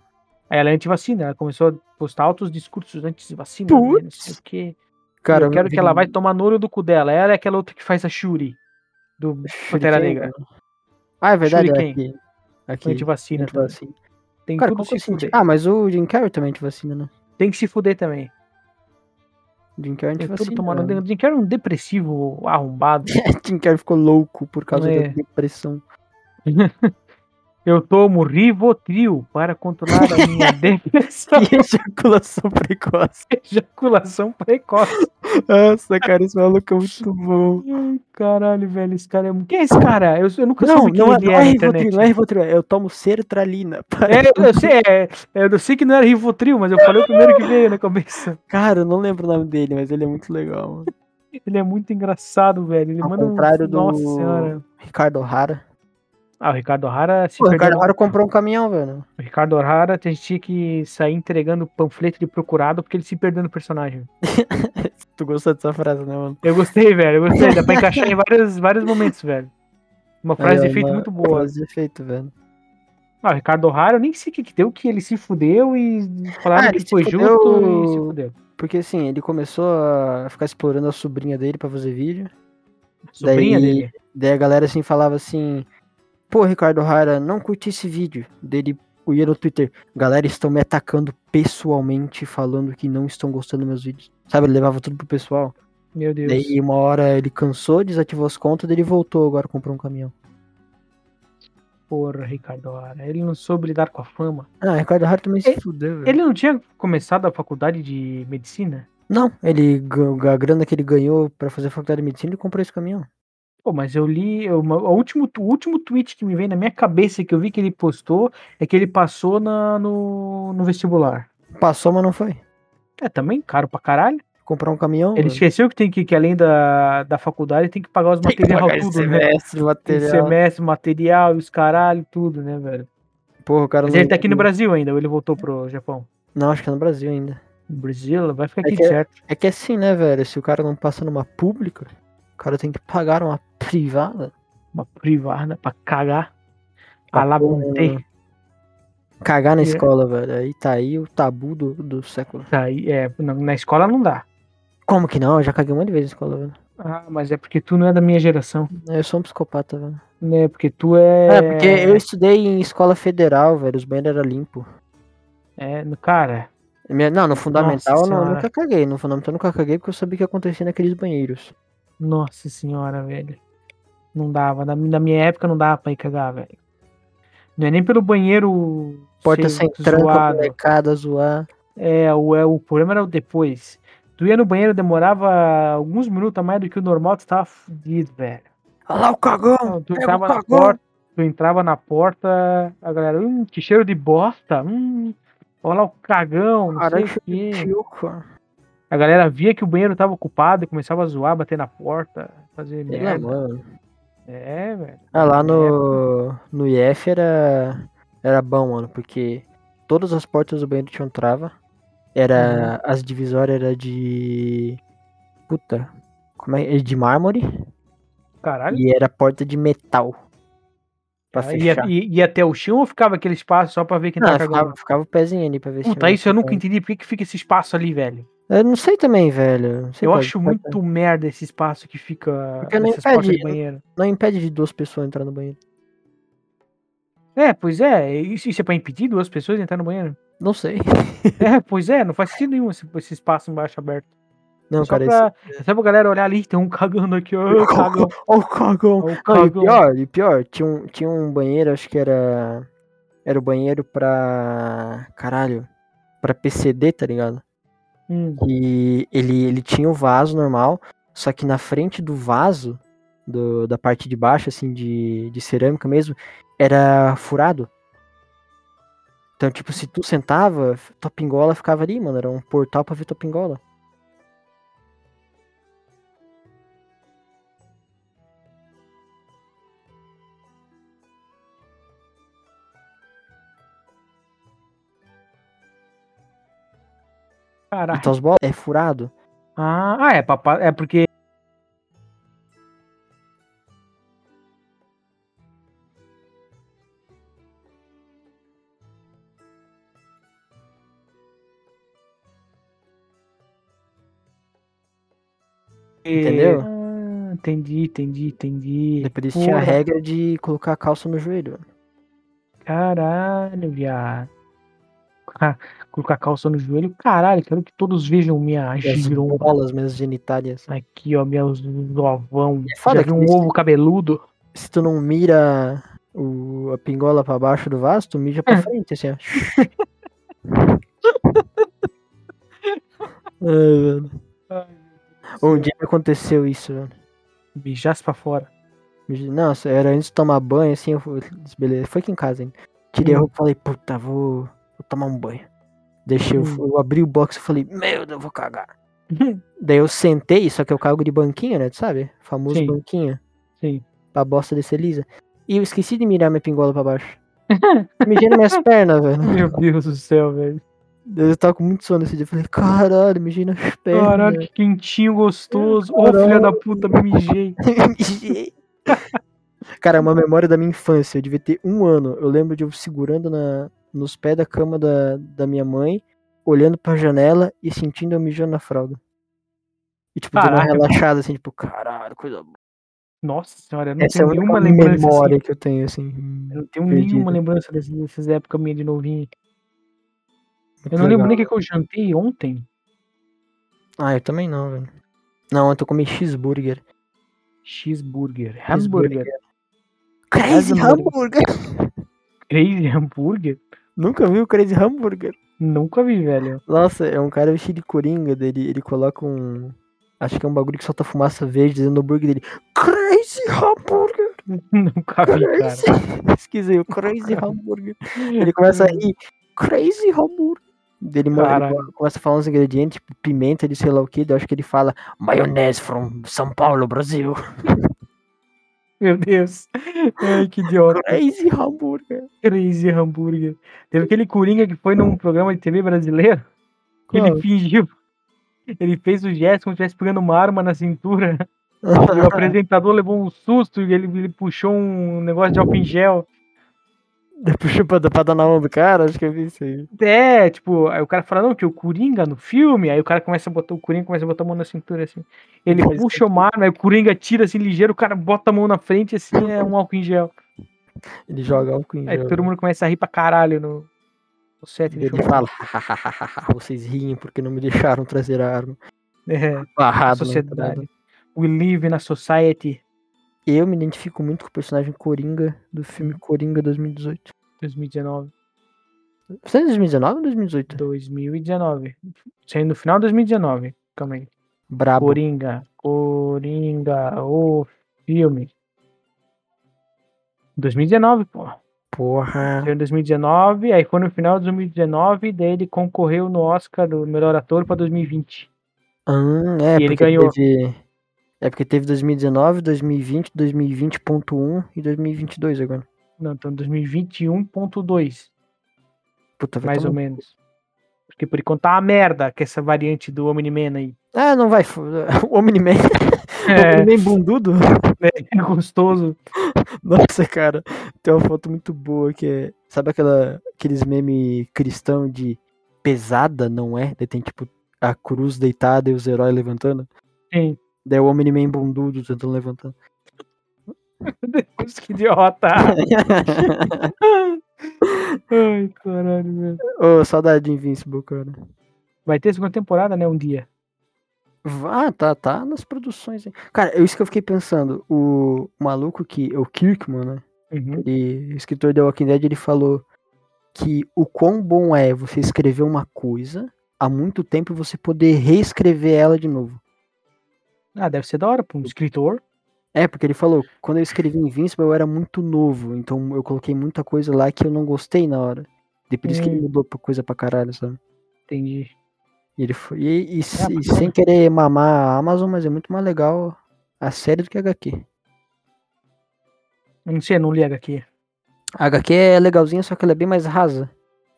S1: Aí ela é antivacina, ela começou a postar altos discursos anti-vacina, né, não sei o quê.
S2: Cara,
S1: eu quero que ela vai tomar no olho do cu dela. Ela é aquela outra que faz a Shuri, do Pantera Negra.
S2: Ah, é verdade. é
S1: Shuriken.
S2: Aqui. aqui.
S1: Antivacina
S2: Antivacina.
S1: também. Tem
S2: Cara,
S1: tudo tipo
S2: qual que é
S1: se
S2: o sentido?
S1: fuder.
S2: Ah, mas o Jim Carrey também antivacina, né?
S1: Tem que se fuder também.
S2: Jim Carrey é
S1: Tem
S2: antivacina.
S1: É
S2: né?
S1: tudo tomando.
S2: [LAUGHS] velho.
S1: O Jim Carrey é um depressivo arrombado. [LAUGHS]
S2: Jim Carrey ficou louco por causa
S1: É.
S2: da depressão.
S1: Eu tomo Rivotril para controlar a
S2: [LAUGHS]
S1: minha depressão
S2: E ejaculação precoce.
S1: e ejaculação precoce.
S2: Nossa, cara, esse maluco é muito bom.
S1: Ai, Caralho, velho, esse cara é muito. Quem é esse cara? Eu, eu nunca
S2: um Não,
S1: soube quem
S2: não, é-
S1: ele
S2: não
S1: é
S2: é
S1: na
S2: Rivotril,
S1: internet.
S2: não é Rivotril. Eu tomo sertralina. [LAUGHS] um para-
S1: É, eu, eu sei, é, é, eu sei que não era Rivotril, mas eu falei o primeiro que veio na cabeça.
S2: Cara, eu não lembro o nome dele, mas ele é muito legal. mano.
S1: Ele é muito engraçado, velho. Ele
S2: Ao
S1: manda um-
S2: contrário do-
S1: Nossa senhora.
S2: Ricardo O'Hara.
S1: Ah, o Ricardo O'Hara se
S2: Pô, o
S1: perdeu.
S2: Ricardo O'Hara comprou um caminhão, velho.
S1: O Ricardo O'Hara a gente tinha que sair entregando panfleto de procurado porque ele se perdeu no personagem.
S2: Tu gostou dessa frase, né, mano?
S1: Eu gostei, velho. Eu gostei. Dá pra encaixar em vários, vários momentos, velho. Uma frase
S2: Aí,
S1: de
S2: ó,
S1: efeito
S2: uma-
S1: muito boa.
S2: Frase de efeito, velho.
S1: Ah, o Ricardo O'Hara, eu nem sei o que, que deu, que ele se fudeu e falaram
S2: Ah, ele
S1: que
S2: se
S1: foi
S2: fudeu-
S1: junto e se fudeu.
S2: Porque assim, ele começou a ficar explorando a sobrinha dele pra fazer vídeo.
S1: Sobrinha
S2: Daí-
S1: dele.
S2: Daí a galera assim falava assim: Pô, Ricardo Rara, não curti esse vídeo. Dele ia no Twitter: Galera, estão me atacando pessoalmente, falando que não estão gostando dos meus vídeos. Sabe, ele levava tudo pro pessoal.
S1: Meu Deus.
S2: Daí uma hora ele cansou, desativou as contas, daí ele voltou agora, comprou um caminhão.
S1: Porra, Ricardo O'Hara. Ele não soube lidar com a fama.
S2: Ah, Ricardo Rara também
S1: E-
S2: se fudeu, velho.
S1: Ele não tinha começado a faculdade de medicina?
S2: Não, ele, ga- a grana que ele ganhou pra fazer a faculdade de medicina, ele comprou esse caminhão.
S1: Pô, mas eu li. eu- ma- o, último, o último tweet que me veio na minha cabeça que eu vi que ele postou é que ele passou na, no, no vestibular.
S2: Passou, mas não foi.
S1: É também caro pra caralho.
S2: Comprar um caminhão.
S1: Ele
S2: velho.
S1: esqueceu que tem que, que além da, da faculdade, tem que pagar os
S2: Tem que
S1: material
S2: pagar esse
S1: tudo, né?
S2: semestre,
S1: Tem
S2: material.
S1: semestre, material, os caralho, tudo, né, velho?
S2: Porra, o cara
S1: Mas
S2: não-
S1: ele tá aqui no Brasil ainda, ou ele voltou pro Japão?
S2: Não, acho que é no Brasil ainda.
S1: No Brasil, vai ficar
S2: É
S1: aqui
S2: que-
S1: certo.
S2: É que assim, né, velho? Se o cara não passa numa pública, o cara tem que pagar uma privada.
S1: Uma privada pra cagar.
S2: Pra
S1: A lá
S2: pôr
S1: montei.
S2: Cagar na
S1: É.
S2: escola, velho. Aí tá aí o tabu do, do século.
S1: Tá aí, é, na, na escola não dá.
S2: Como que não? Eu já caguei um monte de vez na escola, velho.
S1: Ah, mas é porque tu não é da minha geração,
S2: Eu sou um psicopata, velho.
S1: né? Porque tu é.
S2: É, porque eu estudei em escola federal, velho. Os banheiros eram limpos.
S1: é, no- cara,
S2: Minha- Não, no fundamental eu não-
S1: senhora.
S2: nunca caguei. No fundamental eu nunca caguei porque eu sabia o que acontecia naqueles banheiros.
S1: nossa senhora, velho. Não dava. Na, mi- na minha época não dava pra ir cagar, velho. Não é nem pelo banheiro. ser
S2: Porta sem tranca,
S1: zoado.
S2: molecada, zoar.
S1: É, o, é, o problema era o depois. Tu ia no banheiro, demorava alguns minutos a mais do que o normal, tu tava fudido, velho.
S2: Olha lá o cagão!
S1: Não, tu
S2: pega o
S1: entrava na
S2: cagão.
S1: porta, tu entrava na porta, a galera, hum, que cheiro de bosta, hum, olha lá o cagão, não
S2: Caralho,
S1: sei o quê.
S2: tioco.
S1: A galera via que o banheiro tava ocupado e começava a zoar, bater na porta, fazer merda.
S2: mano.
S1: É, velho.
S2: Ah, lá no, no IF era, era bom, mano, porque todas as portas do banheiro tinham trava. Era. As divisórias eram de. Puta. Como é? De mármore.
S1: Caralho.
S2: E era porta de metal. Pra
S1: Ah, Ia,
S2: fechar.
S1: ia- ia até o chão ou ficava aquele espaço só pra ver quem
S2: Não,
S1: tá
S2: ficava,
S1: cagando?
S2: ficava o pezinho ali pra ver se.
S1: Puta,
S2: tinha
S1: isso eu
S2: alguém
S1: nunca entendi. Por que, que fica esse espaço ali, velho?
S2: cagando. Eu não sei também, velho. Não sei
S1: Eu
S2: qual-
S1: acho
S2: qual-
S1: muito merda esse espaço que fica
S2: Porque não
S1: nessas portas
S2: impede-
S1: de banheiro.
S2: Não impede de duas pessoas entrar no banheiro.
S1: É, pois é. Isso, isso é pra impedir duas pessoas de entrar no banheiro?
S2: Não sei.
S1: é, pois é. Não faz sentido nenhum esse, esse espaço embaixo aberto.
S2: Não,
S1: só,
S2: cara, isso.
S1: pra, só pra galera olhar ali, tem um cagando aqui, ó. Cagão,
S2: Ó o [LAUGHS]
S1: ó, o
S2: cagão! Não, e o
S1: cagão.
S2: pior, e o pior, tinha um, tinha um banheiro, acho que era. Era o banheiro pra. Caralho. Pra PCD, tá ligado?
S1: Hum,
S2: E ele, ele tinha o vaso normal, só que na frente do vaso, do- da parte de baixo, assim, de, de cerâmica mesmo, era furado. Então, tipo, se tu sentava, tua pingola ficava ali, mano. Era um portal pra ver tua pingola. E
S1: caralho.
S2: tuas bolas é furado.
S1: Ah, ah, é, papá, é porque.
S2: Entendeu?
S1: Ah, entendi, entendi, entendi.
S2: Depois eles tinham a
S1: Porra,
S2: regra de colocar a calça no joelho.
S1: Caralho, viado. Ah, Colocar a calça no joelho, caralho, quero que todos vejam minha
S2: E as
S1: giromba
S2: bolas, minhas genitárias.
S1: aqui, ó, meus ovão.
S2: É foda
S1: Já
S2: que
S1: vi um
S2: nesse-
S1: ovo cabeludo.
S2: se tu não mira o, a pingola pra baixo do vaso, tu mija
S1: É.
S2: pra
S1: [LAUGHS]
S2: frente, assim, ó. Ai, velho. Um dia aconteceu isso, velho.
S1: Mijasse pra fora.
S2: Nossa, era antes de tomar banho, assim, eu fui- beleza, foi aqui em casa, hein? Tirei a
S1: Hum.
S2: roupa e falei, puta, vou, vou tomar um banho. Deixei, eu,
S1: Hum.
S2: eu abri o box e falei, meu Deus, eu
S1: [LAUGHS]
S2: vou cagar. Daí eu sentei, só que eu cago de banquinho, né, tu sabe? Famoso
S1: Sim.
S2: banquinho,
S1: Sim.
S2: pra bosta descer lisa. E eu esqueci de mirar minha pingola
S1: [LAUGHS]
S2: pra baixo. Mijei nas minhas pernas, velho. [LAUGHS]
S1: Meu Deus do céu, velho.
S2: Eu tava com muito sono esse dia, eu falei, caralho, mijei nas pernas.
S1: Caralho, que quentinho gostoso. Ô,
S2: né? Caralho.
S1: filha da puta, me mijei.
S2: [LAUGHS] Mijei. Cara, é uma memória da minha infância. Eu devia ter um ano. Eu lembro de eu segurando na, nos pés da cama da, da minha mãe, olhando pra janela e sentindo eu mijando na fralda. E tipo, dando uma
S1: Caraca.
S2: relaxada, assim, tipo, caralho, coisa boa.
S1: Nossa senhora, eu não
S2: Essa é a
S1: tenho
S2: única
S1: nenhuma lembrança
S2: memória
S1: assim.
S2: que eu tenho, assim.
S1: Eu não tenho
S2: Perdido.
S1: nenhuma lembrança dessas, dessas épocas minhas de novinho. Eu não lembro nem o que que eu jantei ontem.
S2: Ah, eu também não, velho. Não, ontem eu comi cheeseburger.
S1: Cheeseburger.
S2: Cheeseburger.
S1: Hambúrguer.
S2: Crazy
S1: Hambúrguer.
S2: Hamburger! [LAUGHS]
S1: Crazy hambúrguer?
S2: Nunca vi o Crazy Hamburger.
S1: Nunca vi, velho. [LAUGHS]
S2: Nossa, é um cara vestido de coringa dele. Ele coloca um. Acho que é um bagulho que solta fumaça verde dentro do hambúrguer dele. Crazy Hamburger!
S1: Nunca vi, cara.
S2: [LAUGHS] Crazy! Esquisei, o Crazy Hamburger. Ele começa a rir. Crazy Hamburger! Daí Ele, mo- ele
S1: Caralho.
S2: co- começa a falar uns ingredientes, tipo pimenta de sei lá o que. Eu acho que ele fala maionese from São Paulo, Brasil. [LAUGHS]
S1: Meu Deus. Ai, que idiota.
S2: Crazy Hamburger! [LAUGHS]
S1: Crazy hambúrguer. Teve aquele Coringa que foi num programa de TV brasileiro. Que
S2: Qual?
S1: ele fingiu. Ele fez o gesto como se estivesse pegando uma arma na
S2: [LAUGHS]
S1: cintura. E o apresentador levou um susto e ele, ele puxou um negócio de álcool em gel.
S2: Puxou pra, pra dar na mão do cara, acho que eu vi isso aí.
S1: É, tipo, aí o cara fala, não, que o Coringa no filme, aí o cara começa a botar, o Coringa começa a botar a mão na cintura, assim. Ele
S2: Mas é
S1: puxa uma arma, aí o Coringa tira assim ligeiro, o cara bota a mão na frente, assim, é um álcool em gel.
S2: Ele joga álcool em
S1: Aí
S2: gel.
S1: É todo mundo começa a rir pra caralho no, no set de
S2: Ele
S1: show.
S2: fala, vocês riem porque não me deixaram trazer a arma.
S1: É,
S2: Barrado. na
S1: sociedade.
S2: entrada."
S1: We live in a society
S2: Eu me identifico muito com o personagem Coringa do
S1: Uhum.
S2: filme Coringa 2018.
S1: 2019,
S2: Você é de 2019 ou 2018?
S1: 2019. Saindo no final de 2019. Calma aí.
S2: Brabo.
S1: Coringa, Coringa, o filme. 2019, pô.
S2: Porra.
S1: Saiu em 2019, aí foi no final de 2019, daí ele concorreu no Oscar do melhor ator pra 2020.
S2: Hum, é,
S1: Uhum. E ele
S2: porque
S1: ganhou.
S2: teve- É porque teve 2019, 2020, 2020.1 e 2022 agora.
S1: Não, então 2021.2,
S2: Puta, vai
S1: mais ou
S2: tomar-
S1: menos. Porque por enquanto tá uma merda que essa variante do Omni-Man [LAUGHS] aí.
S2: Ah, não vai. f- [LAUGHS] O Omni-Man. O
S1: É,
S2: Omni-Man bundudo?
S1: é gostoso.
S2: [LAUGHS] Nossa, cara, tem uma foto muito boa que é. Sabe aquela, aqueles meme cristão de pesada, não é? Daí tem tipo a cruz deitada e os heróis levantando.
S1: Sim.
S2: Daí o Omni-Man bundudo tentando levantar.
S1: Deus, que [LAUGHS] idiota. Ai, caralho, velho.
S2: Ô, saudade de Invincible, cara.
S1: Vai ter segunda temporada, né, um dia.
S2: Ah, tá, tá nas produções. Hein? Cara, é isso que eu fiquei pensando. O maluco que. é O Kirkman, né?
S1: Uhum.
S2: Ele, o escritor de Walking Dead, ele falou que o quão bom é você escrever uma coisa há muito tempo e você poder reescrever ela de novo.
S1: Ah, deve ser da hora pra um escritor.
S2: É, porque ele falou, quando eu escrevi Invincible eu era muito novo, então eu coloquei muita coisa lá que eu não gostei na hora. E por isso que ele
S1: Hum.
S2: mudou pra coisa pra caralho, sabe?
S1: Entendi.
S2: E ele foi. E,
S1: É,
S2: e se-
S1: bacana.
S2: sem querer mamar a Amazon, mas é muito mais legal a série do que a HQ.
S1: Eu não sei, eu não li HQ.
S2: A HQ é legalzinha, só que ela é bem mais rasa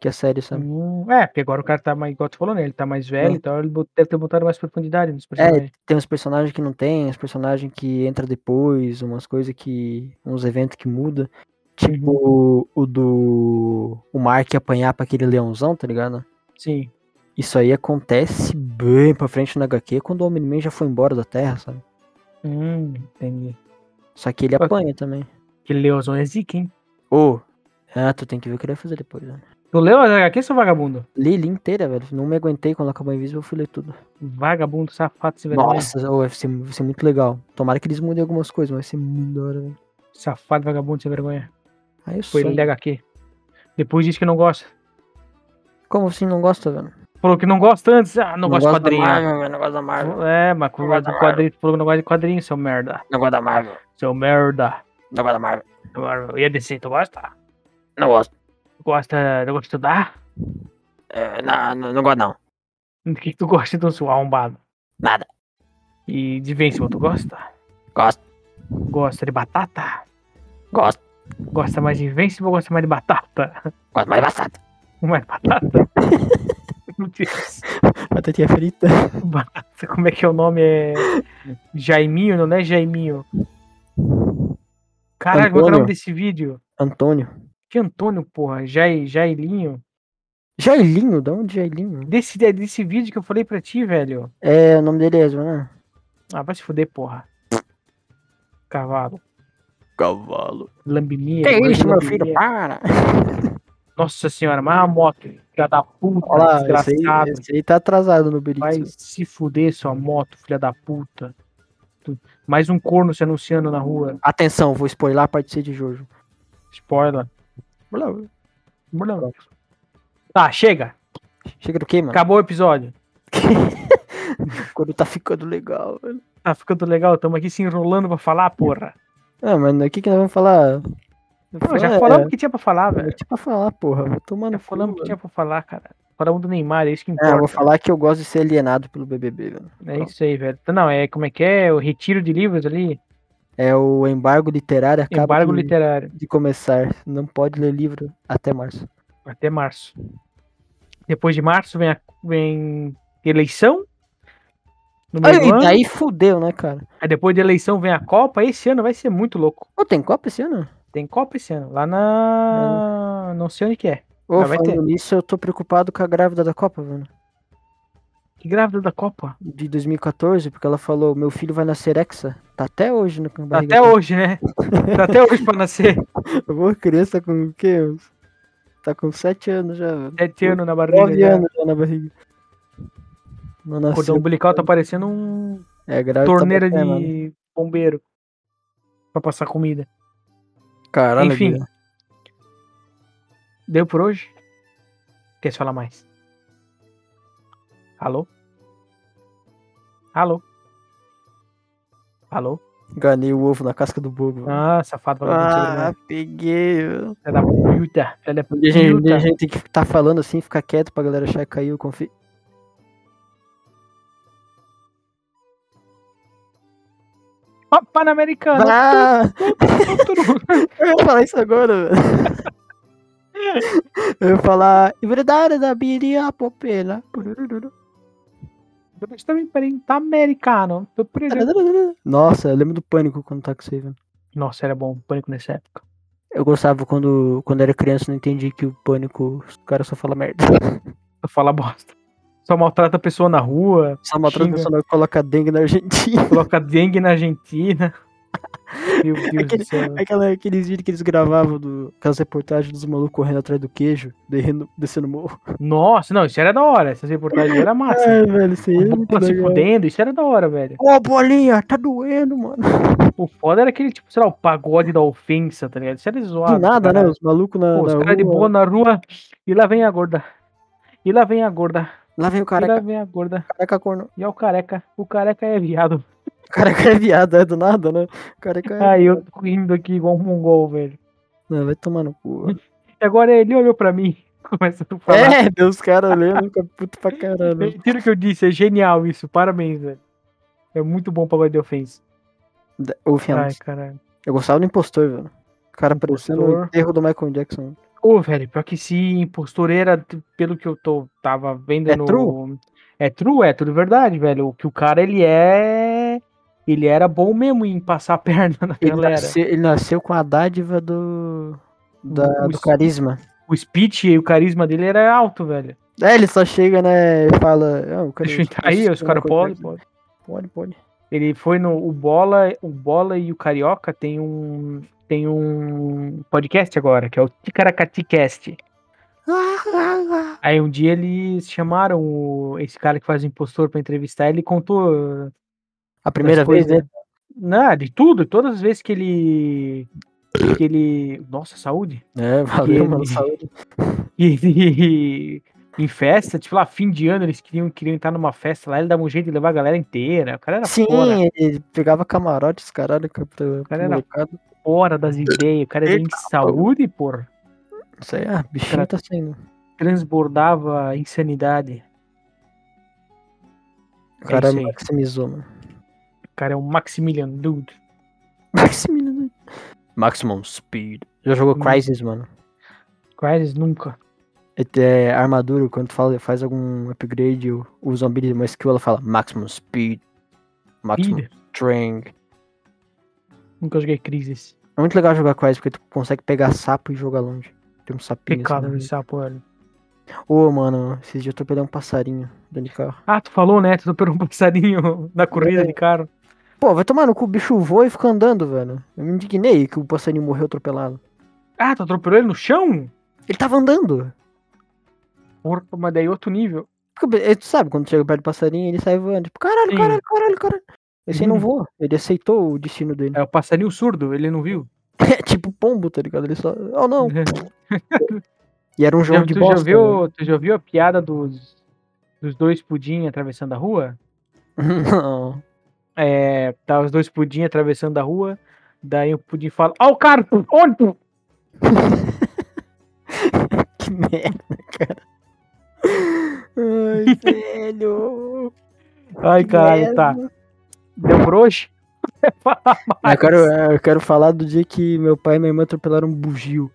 S2: que a série, sabe?
S1: Hum, é, porque agora o cara tá mais, igual tu falou, né? Ele tá mais velho,
S2: É.
S1: então ele bot- deve ter botado mais profundidade nos personagens.
S2: Tem uns personagens que não tem, uns personagens que entra depois, umas coisas que. uns eventos que muda.
S1: Uhum.
S2: Tipo o do. o Mark apanhar pra aquele leãozão, tá ligado?
S1: Sim.
S2: Isso aí acontece bem pra frente na HQ quando o Omni-Man já foi embora da Terra, sabe?
S1: Hum, entendi.
S2: Só que ele
S1: Ok.
S2: apanha também.
S1: Que Leozão é zica, hein?
S2: Ô! Ah, tu tem que ver o que ele vai fazer depois, né?
S1: Tu leu as HQ, seu vagabundo?
S2: Li, li inteira, velho. Não me aguentei quando acabou Invisível, eu fui ler tudo.
S1: Vagabundo, safado, sem vergonha.
S2: Nossa, ô, vai, ser, vai ser muito legal. Tomara que eles mudem algumas coisas, mas vai ser muito da hora, velho.
S1: Safado, vagabundo, sem vergonha.
S2: Aí eu
S1: Foi
S2: sei.
S1: ele da HQ. Depois diz que não gosta.
S2: Como assim não gosta, velho?
S1: Falou que não gosta antes. Ah, não, gosta de
S2: da
S1: quadrinho. né?
S2: Marvel, velho, não gosta da Marvel.
S1: É, mas
S2: Não
S1: quando gosta
S2: gosta
S1: de
S2: de
S1: quadrinho, tu falou que não gosta de quadrinho, seu merda.
S2: Não gosta da Marvel.
S1: Seu merda.
S2: Não gosta da Marvel.
S1: Agora, E a DC, tu gosta?
S2: Não gosto.
S1: Tu Gosta, tu gosta de estudar?
S2: É, não, não, não gosto não.
S1: O que que tu gosta então, seu arrombado?
S2: Nada.
S1: E de Vencil, tu gosta?
S2: Gosto.
S1: Gosta de batata?
S2: Gosto.
S1: Gosta mais de Invincible ou gosta mais de batata?
S2: Gosto mais bastante.
S1: Mais
S2: [LAUGHS]
S1: batata? Meu Deus.
S2: Batatinha frita.
S1: Batata, como é que é o nome? É. Jaiminho, não é Jaiminho? Caralho, qual é o
S2: Antônio.
S1: nome desse vídeo?
S2: Antônio.
S1: Que Antônio, porra? Jai, Jailinho?
S2: Jailinho, da onde Jailinho?
S1: Desse, é desse vídeo que eu falei pra ti, velho.
S2: É, o nome dele é Zona.
S1: Ah, vai se fuder, porra. Cavalo.
S2: Cavalo.
S1: Lambinia.
S2: Que isso, meu
S1: lambinia.
S2: filho? Para!
S1: Nossa senhora, mas a moto. Filha da puta,
S2: Olha lá, esse aí,
S1: desgraçado.
S2: esse aí tá atrasado no
S1: Vai
S2: Beritz.
S1: se fuder, sua moto, filha da puta. Tu- Mais um corno se anunciando na rua.
S2: Atenção, vou spoiler a parte C de Jojo.
S1: Spoiler. Não. Tá, chega.
S2: Chega do que, mano?
S1: Acabou o episódio.
S2: Quando tá ficando legal, velho.
S1: Tá ficando legal, tamo aqui se enrolando pra falar, porra.
S2: Ah, mano, o que que nós vamos falar?
S1: Não, já
S2: É,
S1: falamos o que tinha pra falar,
S2: é,
S1: velho.
S2: tipo pra falar, porra. Vou tomando
S1: Já falamos o que
S2: cu,
S1: tinha pra falar, cara. Falamos do Neymar, é isso que
S2: mano. É, eu vou
S1: importa.
S2: falar que eu gosto de ser alienado pelo BBB, velho.
S1: É isso aí, velho. Não, é como é que é? O retiro de livros ali?
S2: É o embargo literário acaba
S1: Embargo
S2: de,
S1: literário.
S2: de começar. Não pode ler livro até março.
S1: Até março. Depois de março vem, a- vem eleição. No meio do
S2: Aí,
S1: ano.
S2: daí fudeu, né, cara?
S1: Aí depois da eleição vem a Copa. Esse ano vai ser muito louco.
S2: Pô, tem Copa esse ano?
S1: Tem Copa esse ano. Lá na. Não sei onde que é.
S2: Ô,
S1: Ah, vai ter.
S2: falando nisso, eu tô preocupado com a grávida da Copa, velho.
S1: Que grávida da Copa.
S2: De 2014, porque ela falou, meu filho vai nascer hexa. Tá até hoje no
S1: Tá
S2: barriga
S1: até hoje, [LAUGHS] né? Tá até hoje pra nascer.
S2: Ô, criança tá com o quê? uns- Tá com 7 anos já, velho.
S1: Sete anos na barriga.
S2: 9
S1: já.
S2: anos já na barriga. Não
S1: O cordão
S2: nasceu.
S1: umbilical tá parecendo um
S2: É grave.
S1: torneira
S2: tá batendo, né?
S1: de bombeiro. Pra passar comida.
S2: Caralho,
S1: Enfim.
S2: Guilherme.
S1: Deu por hoje? Quer se falar mais? Alô? Alô? Alô?
S2: Ganhei o ovo na casca do bobo. velho.
S1: Ah, safado. vagabundo,
S2: peguei. velho.
S1: Filha da puta. Filha da
S2: Um dia a gente, um dia
S1: puta.
S2: a gente tem que estar falando assim, ficar quieto pra galera achar que caiu, confia.
S1: Ó, Pan-americano.
S2: Ah!
S1: Tudo.
S2: Eu ia falar isso agora, velho. Eu ia falar. "É Verdade da Biria Popela.
S1: Mas também, peraí, tá americano. Tô preso.
S2: Nossa, eu lembro do pânico quando tá com você, velho.
S1: Nossa, era bom o pânico nessa época.
S2: Eu gostava quando, quando era criança, não entendi que o pânico, os caras só falam merda. [LAUGHS]
S1: Só fala bosta. Só maltrata a pessoa na rua,
S2: Só uma
S1: Xinga.
S2: transnacional que coloca dengue na
S1: [LAUGHS]
S2: Argentina.
S1: coloca dengue na Argentina. Meu Deus do céu.
S2: Aquela, aqueles vídeos que eles gravavam, do, aquelas reportagens dos malucos correndo atrás do queijo, derrendo, descendo o morro.
S1: Nossa, não, isso era da hora. Essas reportagens era massa.
S2: Ai, velho, isso aí é muito
S1: Bola se
S2: legal.
S1: fudendo, isso era da hora, velho.
S2: Ô, bolinha, tá doendo, mano.
S1: O foda era aquele, tipo, sei lá, o pagode da ofensa, tá ligado? Isso era zoado.
S2: Do nada, né?
S1: cara.
S2: Os malucos na,
S1: Pô, os
S2: na
S1: caras de
S2: rua.
S1: boa na rua. E lá vem a gorda. E lá vem a gorda.
S2: Lá vem
S1: E
S2: o
S1: lá
S2: careca,
S1: vem a gorda.
S2: careca corno.
S1: E é o careca. O careca é viado.
S2: O [LAUGHS] careca é viado, é do nada, né? O careca
S1: [LAUGHS]
S2: é...
S1: Aí eu tô rindo aqui igual um mongol, velho.
S2: Não, vai tomar no cu. velho.
S1: E agora ele olhou pra mim, [LAUGHS] começa a falar.
S2: É, Deus, cara lendo, fica puto pra caralho.
S1: Tira o que eu disse, é genial isso, parabéns, velho. É muito bom pra de ofensa.
S2: Da- Ô, Fianos,
S1: Ai, caralho.
S2: eu gostava do impostor, velho. O cara parecendo o
S1: Impostor.
S2: enterro do Michael Jackson.
S1: Ô, velho, pior que esse impostor era, t- pelo que eu tô, tava vendo
S2: É
S1: no.
S2: true?
S1: É true, é tudo verdade, velho. O que o cara, ele é. Ele era bom mesmo em passar a [LAUGHS] perna na
S2: Ele tá
S1: galera.
S2: nasceu, ele nasceu com a dádiva do... da-
S1: O-
S2: do carisma.
S1: O speech e o carisma dele era alto, velho.
S2: É, ele só chega, né, e fala. "Ah, o cara-
S1: Deixa eu entrar aí, os caras podem. podem.
S2: Pode, pode.
S1: Ele foi no o Bola, o Bola e o Carioca tem um tem um podcast agora, que é o Ticaracaticast. Aí um dia eles chamaram o- esse cara que faz o impostor pra entrevistar, ele contou
S2: A primeira
S1: das
S2: vez,
S1: coisas,
S2: né?
S1: né? Não, de tudo, todas as vezes que ele que ele. Nossa, saúde! [LAUGHS]
S2: É,
S1: Que
S2: valeu, mano.
S1: né? ele-
S2: Saúde.
S1: E ele. Em festa, tipo lá, fim de ano, eles queriam, queriam entrar numa festa lá, ele dava um jeito de levar a galera inteira. O cara era
S2: Sim,
S1: fora,
S2: ele pegava camarotes, caralho, pra, pra,
S1: cara
S2: pra
S1: era-
S2: molecada.
S1: fora das ideias, o cara era de saúde, porra.
S2: Não sei, ah, bichinho
S1: Cara-
S2: tá sendo.
S1: Transbordava a insanidade.
S2: O cara
S1: isso aí.
S2: maximizou, mano. [LAUGHS]
S1: O cara é um Maximilian Dude.
S2: Maximizou. Maximum Speed. Já jogou
S1: Hum.
S2: Crysis, mano.
S1: Crisis nunca.
S2: Ele É armadura, quando tu fala, faz algum upgrade, o, o zumbi de uma skill, ela fala Maximum Speed. Maximum
S1: Filho,
S2: Strength.
S1: nunca joguei Crisis.
S2: É muito legal jogar Crysis, porque tu consegue pegar sapo e jogar longe. Tem um sapinho. assim,
S1: Pecado
S2: né?
S1: de sapo, olha.
S2: Ô, mano, esses dias eu atropelei um passarinho dentro de carro.
S1: Ah, tu falou, né? Tu superou um passarinho [LAUGHS] na
S2: É.
S1: corrida de carro.
S2: Pô, vai tomar no cu, o bicho voa e fica andando, velho. Eu me indignei que o passarinho morreu atropelado.
S1: Ah, tu atropelou ele no chão?
S2: Ele tava andando.
S1: Porra, mas daí outro nível.
S2: Porque, eh, tu sabe, quando chega perto do passarinho, ele sai voando. Tipo, caralho,
S1: Sim.
S2: caralho, caralho, caralho. Esse aí não voa. Ele aceitou o destino dele. [LAUGHS]
S1: É o passarinho surdo, ele não viu.
S2: É tipo pombo, tá ligado? Ele só. Oh, não. E era
S1: [LAUGHS]
S2: um
S1: Já,
S2: jogo de
S1: tu,
S2: bosta. né?
S1: já viu, tu já viu a piada dos, dos dois pudim atravessando a rua?
S2: velho. [LAUGHS] não.
S1: É, tá os dois pudim atravessando a rua, daí o pudim fala, ó o cara, onde tu?
S2: Que merda, cara. Ai, [LAUGHS] velho.
S1: Ai, caralho, tá. Deu broxa?
S2: Eu quero, eu quero falar do dia que meu pai e minha irmã atropelaram um bugio.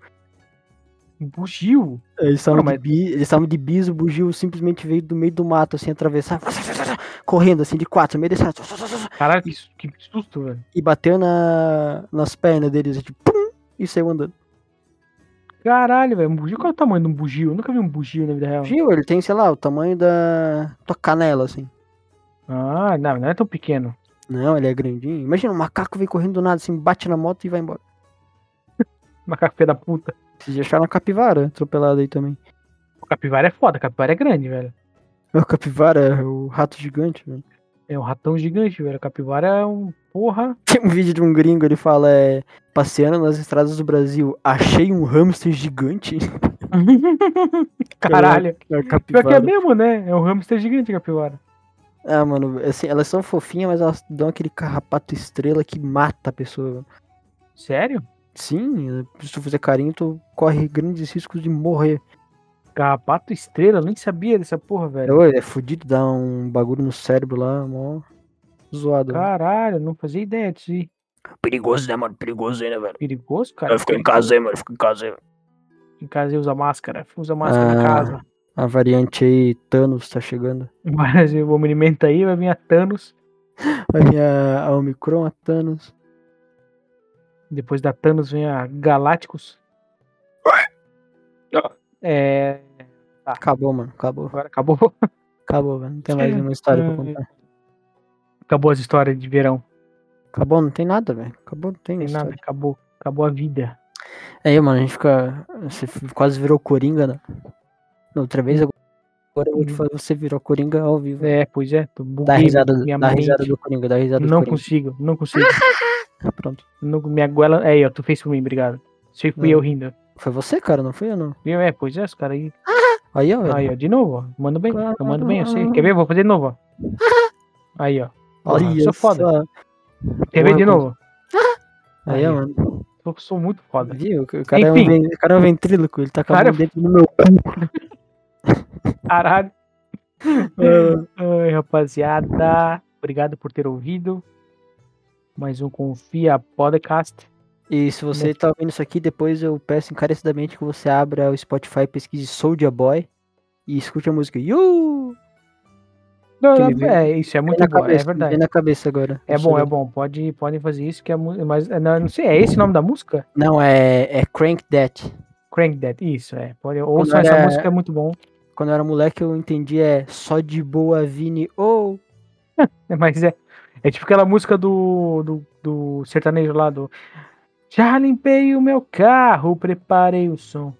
S1: um Bugio?
S2: Eles estavam
S1: Não,
S2: de,
S1: mas-
S2: bi- eles estavam de bis, o bugio simplesmente veio do meio do mato, assim, atravessar, [LAUGHS] correndo, assim, de quatro, no meio desse mato,
S1: Caralho, que, su- que susto, velho.
S2: e bateu na, nas pernas deles, tipo, pum, e saiu andando.
S1: Caralho, velho, um bugio, qual é o tamanho de um bugio? Eu nunca vi um bugio na vida real.
S2: Bugio, ele tem, sei lá, o tamanho da tua canela, assim.
S1: Ah, não, não é tão pequeno.
S2: Não, ele é grandinho. Imagina, um macaco vem correndo do nada, assim, bate na moto e vai embora.
S1: Macaco filho da puta.
S2: Vocês acharam a capivara atropelada aí também.
S1: O capivara é foda, o capivara é grande, velho.
S2: A capivara, é o rato gigante, velho. [LAUGHS]
S1: É um ratão gigante, velho. O capivara é um. Porra.
S2: Tem um vídeo de um gringo, ele fala, é, passeando nas estradas do Brasil, achei um hamster gigante. [LAUGHS]
S1: Caralho.
S2: A
S1: Pior que
S2: É, capivara.
S1: é mesmo, né? É um hamster gigante, capivara.
S2: Ah, mano, assim, elas são fofinhas, mas elas dão aquele carrapato estrela que mata a pessoa.
S1: Sério?
S2: Sim, se tu fizer carinho, tu corre grandes riscos de morrer.
S1: Carrapato estrela, eu nem sabia dessa porra, velho.
S2: Ô, É fudido, dá um bagulho no cérebro lá, mó zoado. né?
S1: Caralho, não fazia ideia disso aí.
S3: Perigoso, né, mano? Perigoso ainda, velho.
S1: Perigoso, cara.
S3: Eu fico em casa aí, mano. Eu fico em casa aí.
S1: Em casa e usa máscara. Usa máscara em
S2: Ah.
S1: casa. [LAUGHS]
S2: A variante aí, Thanos, tá chegando.
S1: Mas o movimento aí vai vir a Thanos.
S2: Vai vir a, a Omicron, a Thanos.
S1: Depois da Thanos vem a Galácticos. É.
S2: Acabou, mano, acabou.
S1: Agora acabou. [LAUGHS]
S2: Acabou, velho. Não tem mais nenhuma história
S1: é,
S2: pra contar.
S1: Acabou as histórias de verão.
S2: Acabou, não tem nada, velho. Acabou, não tem,
S1: Tem nada,
S2: nada.
S1: acabou. Acabou a vida.
S2: Aí, mano, a gente fica. Você f- quase virou Coringa, né? Na Outra vez, agora eu vou te falar, você virou Coringa ao vivo.
S1: É, pois é. Tô
S2: Dá
S1: buguei
S2: risada,
S1: minha
S2: dá
S1: mente.
S2: risada do Coringa, dá risada do
S1: Não
S2: Coringa.
S1: consigo, não consigo.
S2: Pronto.
S1: Não, minha goela. É, ó, tu fez por mim, obrigado. Sei que fui
S2: Não.
S1: eu rindo.
S2: Foi você, cara, não fui eu, não.
S1: Viu? É, pois é, os caras aí.
S2: Aí, ó,
S1: Aí,
S2: velho.
S1: ó, de novo, ó. Mando bem, eu mando bem, eu sei.
S2: Claro.
S1: Quer ver? Vou fazer de novo, [LAUGHS] ó. Aí, ó. Porra, eu
S2: Olha
S1: sou é foda.
S2: só.
S1: Quer ver
S2: Porra,
S1: de novo?
S2: Aí, ó, mano.
S1: Eu sou muito foda.
S2: Viu? O cara, é um,
S1: Enfim.
S2: ven- o cara é um ventríloco, ele tá com a
S1: Cara,
S2: mão dentro do meu
S1: Caralho. É.
S2: cu.
S1: Ai, rapaziada. Obrigado por ter ouvido. Mais um Confia Podcast.
S2: E se você tá ouvindo isso aqui, depois eu peço encarecidamente que você abra o Spotify, pesquise Soulja Boy e escute a música. You!
S1: Não,
S2: Que
S1: não,
S2: me veio-
S1: é, isso é muito
S2: Vem na
S1: bom, é
S2: cabeça,
S1: verdade.
S2: Vem na cabeça agora.
S1: É bom, é bom. Pode, podem fazer isso, que é mu- mas é, não, não sei, é esse o nome da música?
S2: Não, é, é Crank That.
S1: Crank That, isso, é. Pode, ouçam
S2: Quando
S1: essa
S2: era-
S1: música, é muito bom.
S2: Quando eu era moleque, eu entendi é só de boa, Vini. Ou. [LAUGHS]
S1: É, [LAUGHS] Mas é. É tipo aquela música do, do, do sertanejo lá do. Já limpei o meu carro, preparei o som.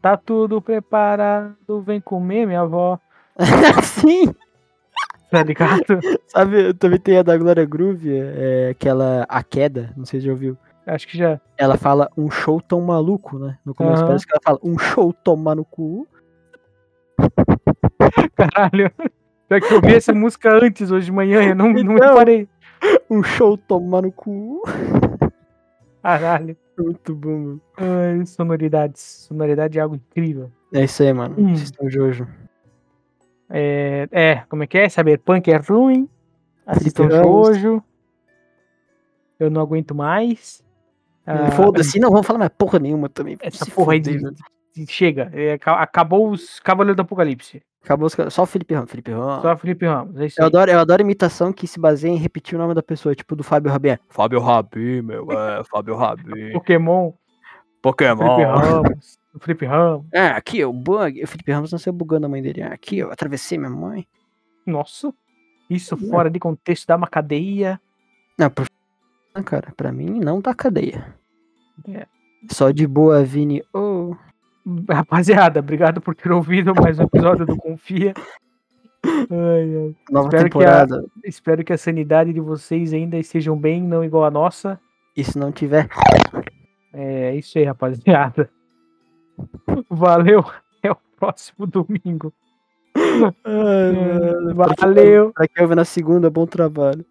S1: Tá tudo preparado, vem comer, minha avó. [LAUGHS]
S2: Sim!
S1: Tá ligado? [LAUGHS]
S2: Sabe, eu também tem a da Glória Groove, é aquela A Queda, não sei se já ouviu.
S1: Acho que já. [LAUGHS]
S2: Ela fala um show tão maluco, né? No começo
S1: Aham.
S2: parece que ela fala um show toma no cu.
S1: Caralho. Pior que eu vi essa música antes, hoje de manhã, eu não, não
S2: Então.
S1: reparei.
S2: Um show toma no cu. [LAUGHS]
S1: Caralho.
S2: Muito bom, mano.
S1: Ai, sonoridades. Sonoridade é algo incrível.
S2: É isso aí, mano.
S1: Hum.
S2: Assistam o Jojo.
S1: É, é, como é que é? Saber punk é ruim. Assistam
S2: Felipe Ramos.
S1: Jojo. Eu não aguento mais. Ah, É
S2: Foda-se, não vamos falar mais porra nenhuma também.
S1: Essa
S2: Se
S1: porra aí
S2: fuder,
S1: de-
S2: velho.
S1: de- Chega. É, aca- acabou os Cavaleiros do Apocalipse.
S2: Acabou os caras. Só o Felipe Ramos. Felipe Ramos.
S1: Só Felipe Ramos. É isso
S2: Eu
S1: aí.
S2: adoro, eu adoro imitação que se baseia em repetir o nome da pessoa, tipo do Fábio Rabin.
S4: Fábio Rabi, meu, é, Fábio
S1: [LAUGHS]
S4: Rabi.
S1: Pokémon. Felipe
S4: Pokémon.
S1: Ramos. Felipe Ramos.
S2: Ah, aqui eu bug. O Felipe Ramos não saiu bugando a mãe dele. Ah, aqui eu atravessei minha mãe.
S1: Nossa. Isso fora de contexto dá uma cadeia.
S2: Não, pro... Ah, cara, pra mim não dá cadeia.
S1: É.
S2: Só de boa, Vini. Oh.
S1: Rapaziada, obrigado por ter ouvido mais um episódio do Confia. Ai, ai.
S2: Nova
S1: Espero que a-
S2: temporada.
S1: Espero que a sanidade de vocês ainda estejam bem, não igual a nossa.
S2: E se não tiver,
S1: É isso aí, rapaziada. Valeu, até o próximo domingo. Valeu.
S2: hum, pra quem ouve na segunda, bom trabalho.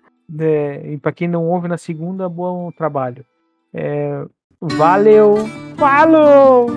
S1: É, e pra quem não ouve na segunda, bom trabalho. É, valeu. Falou!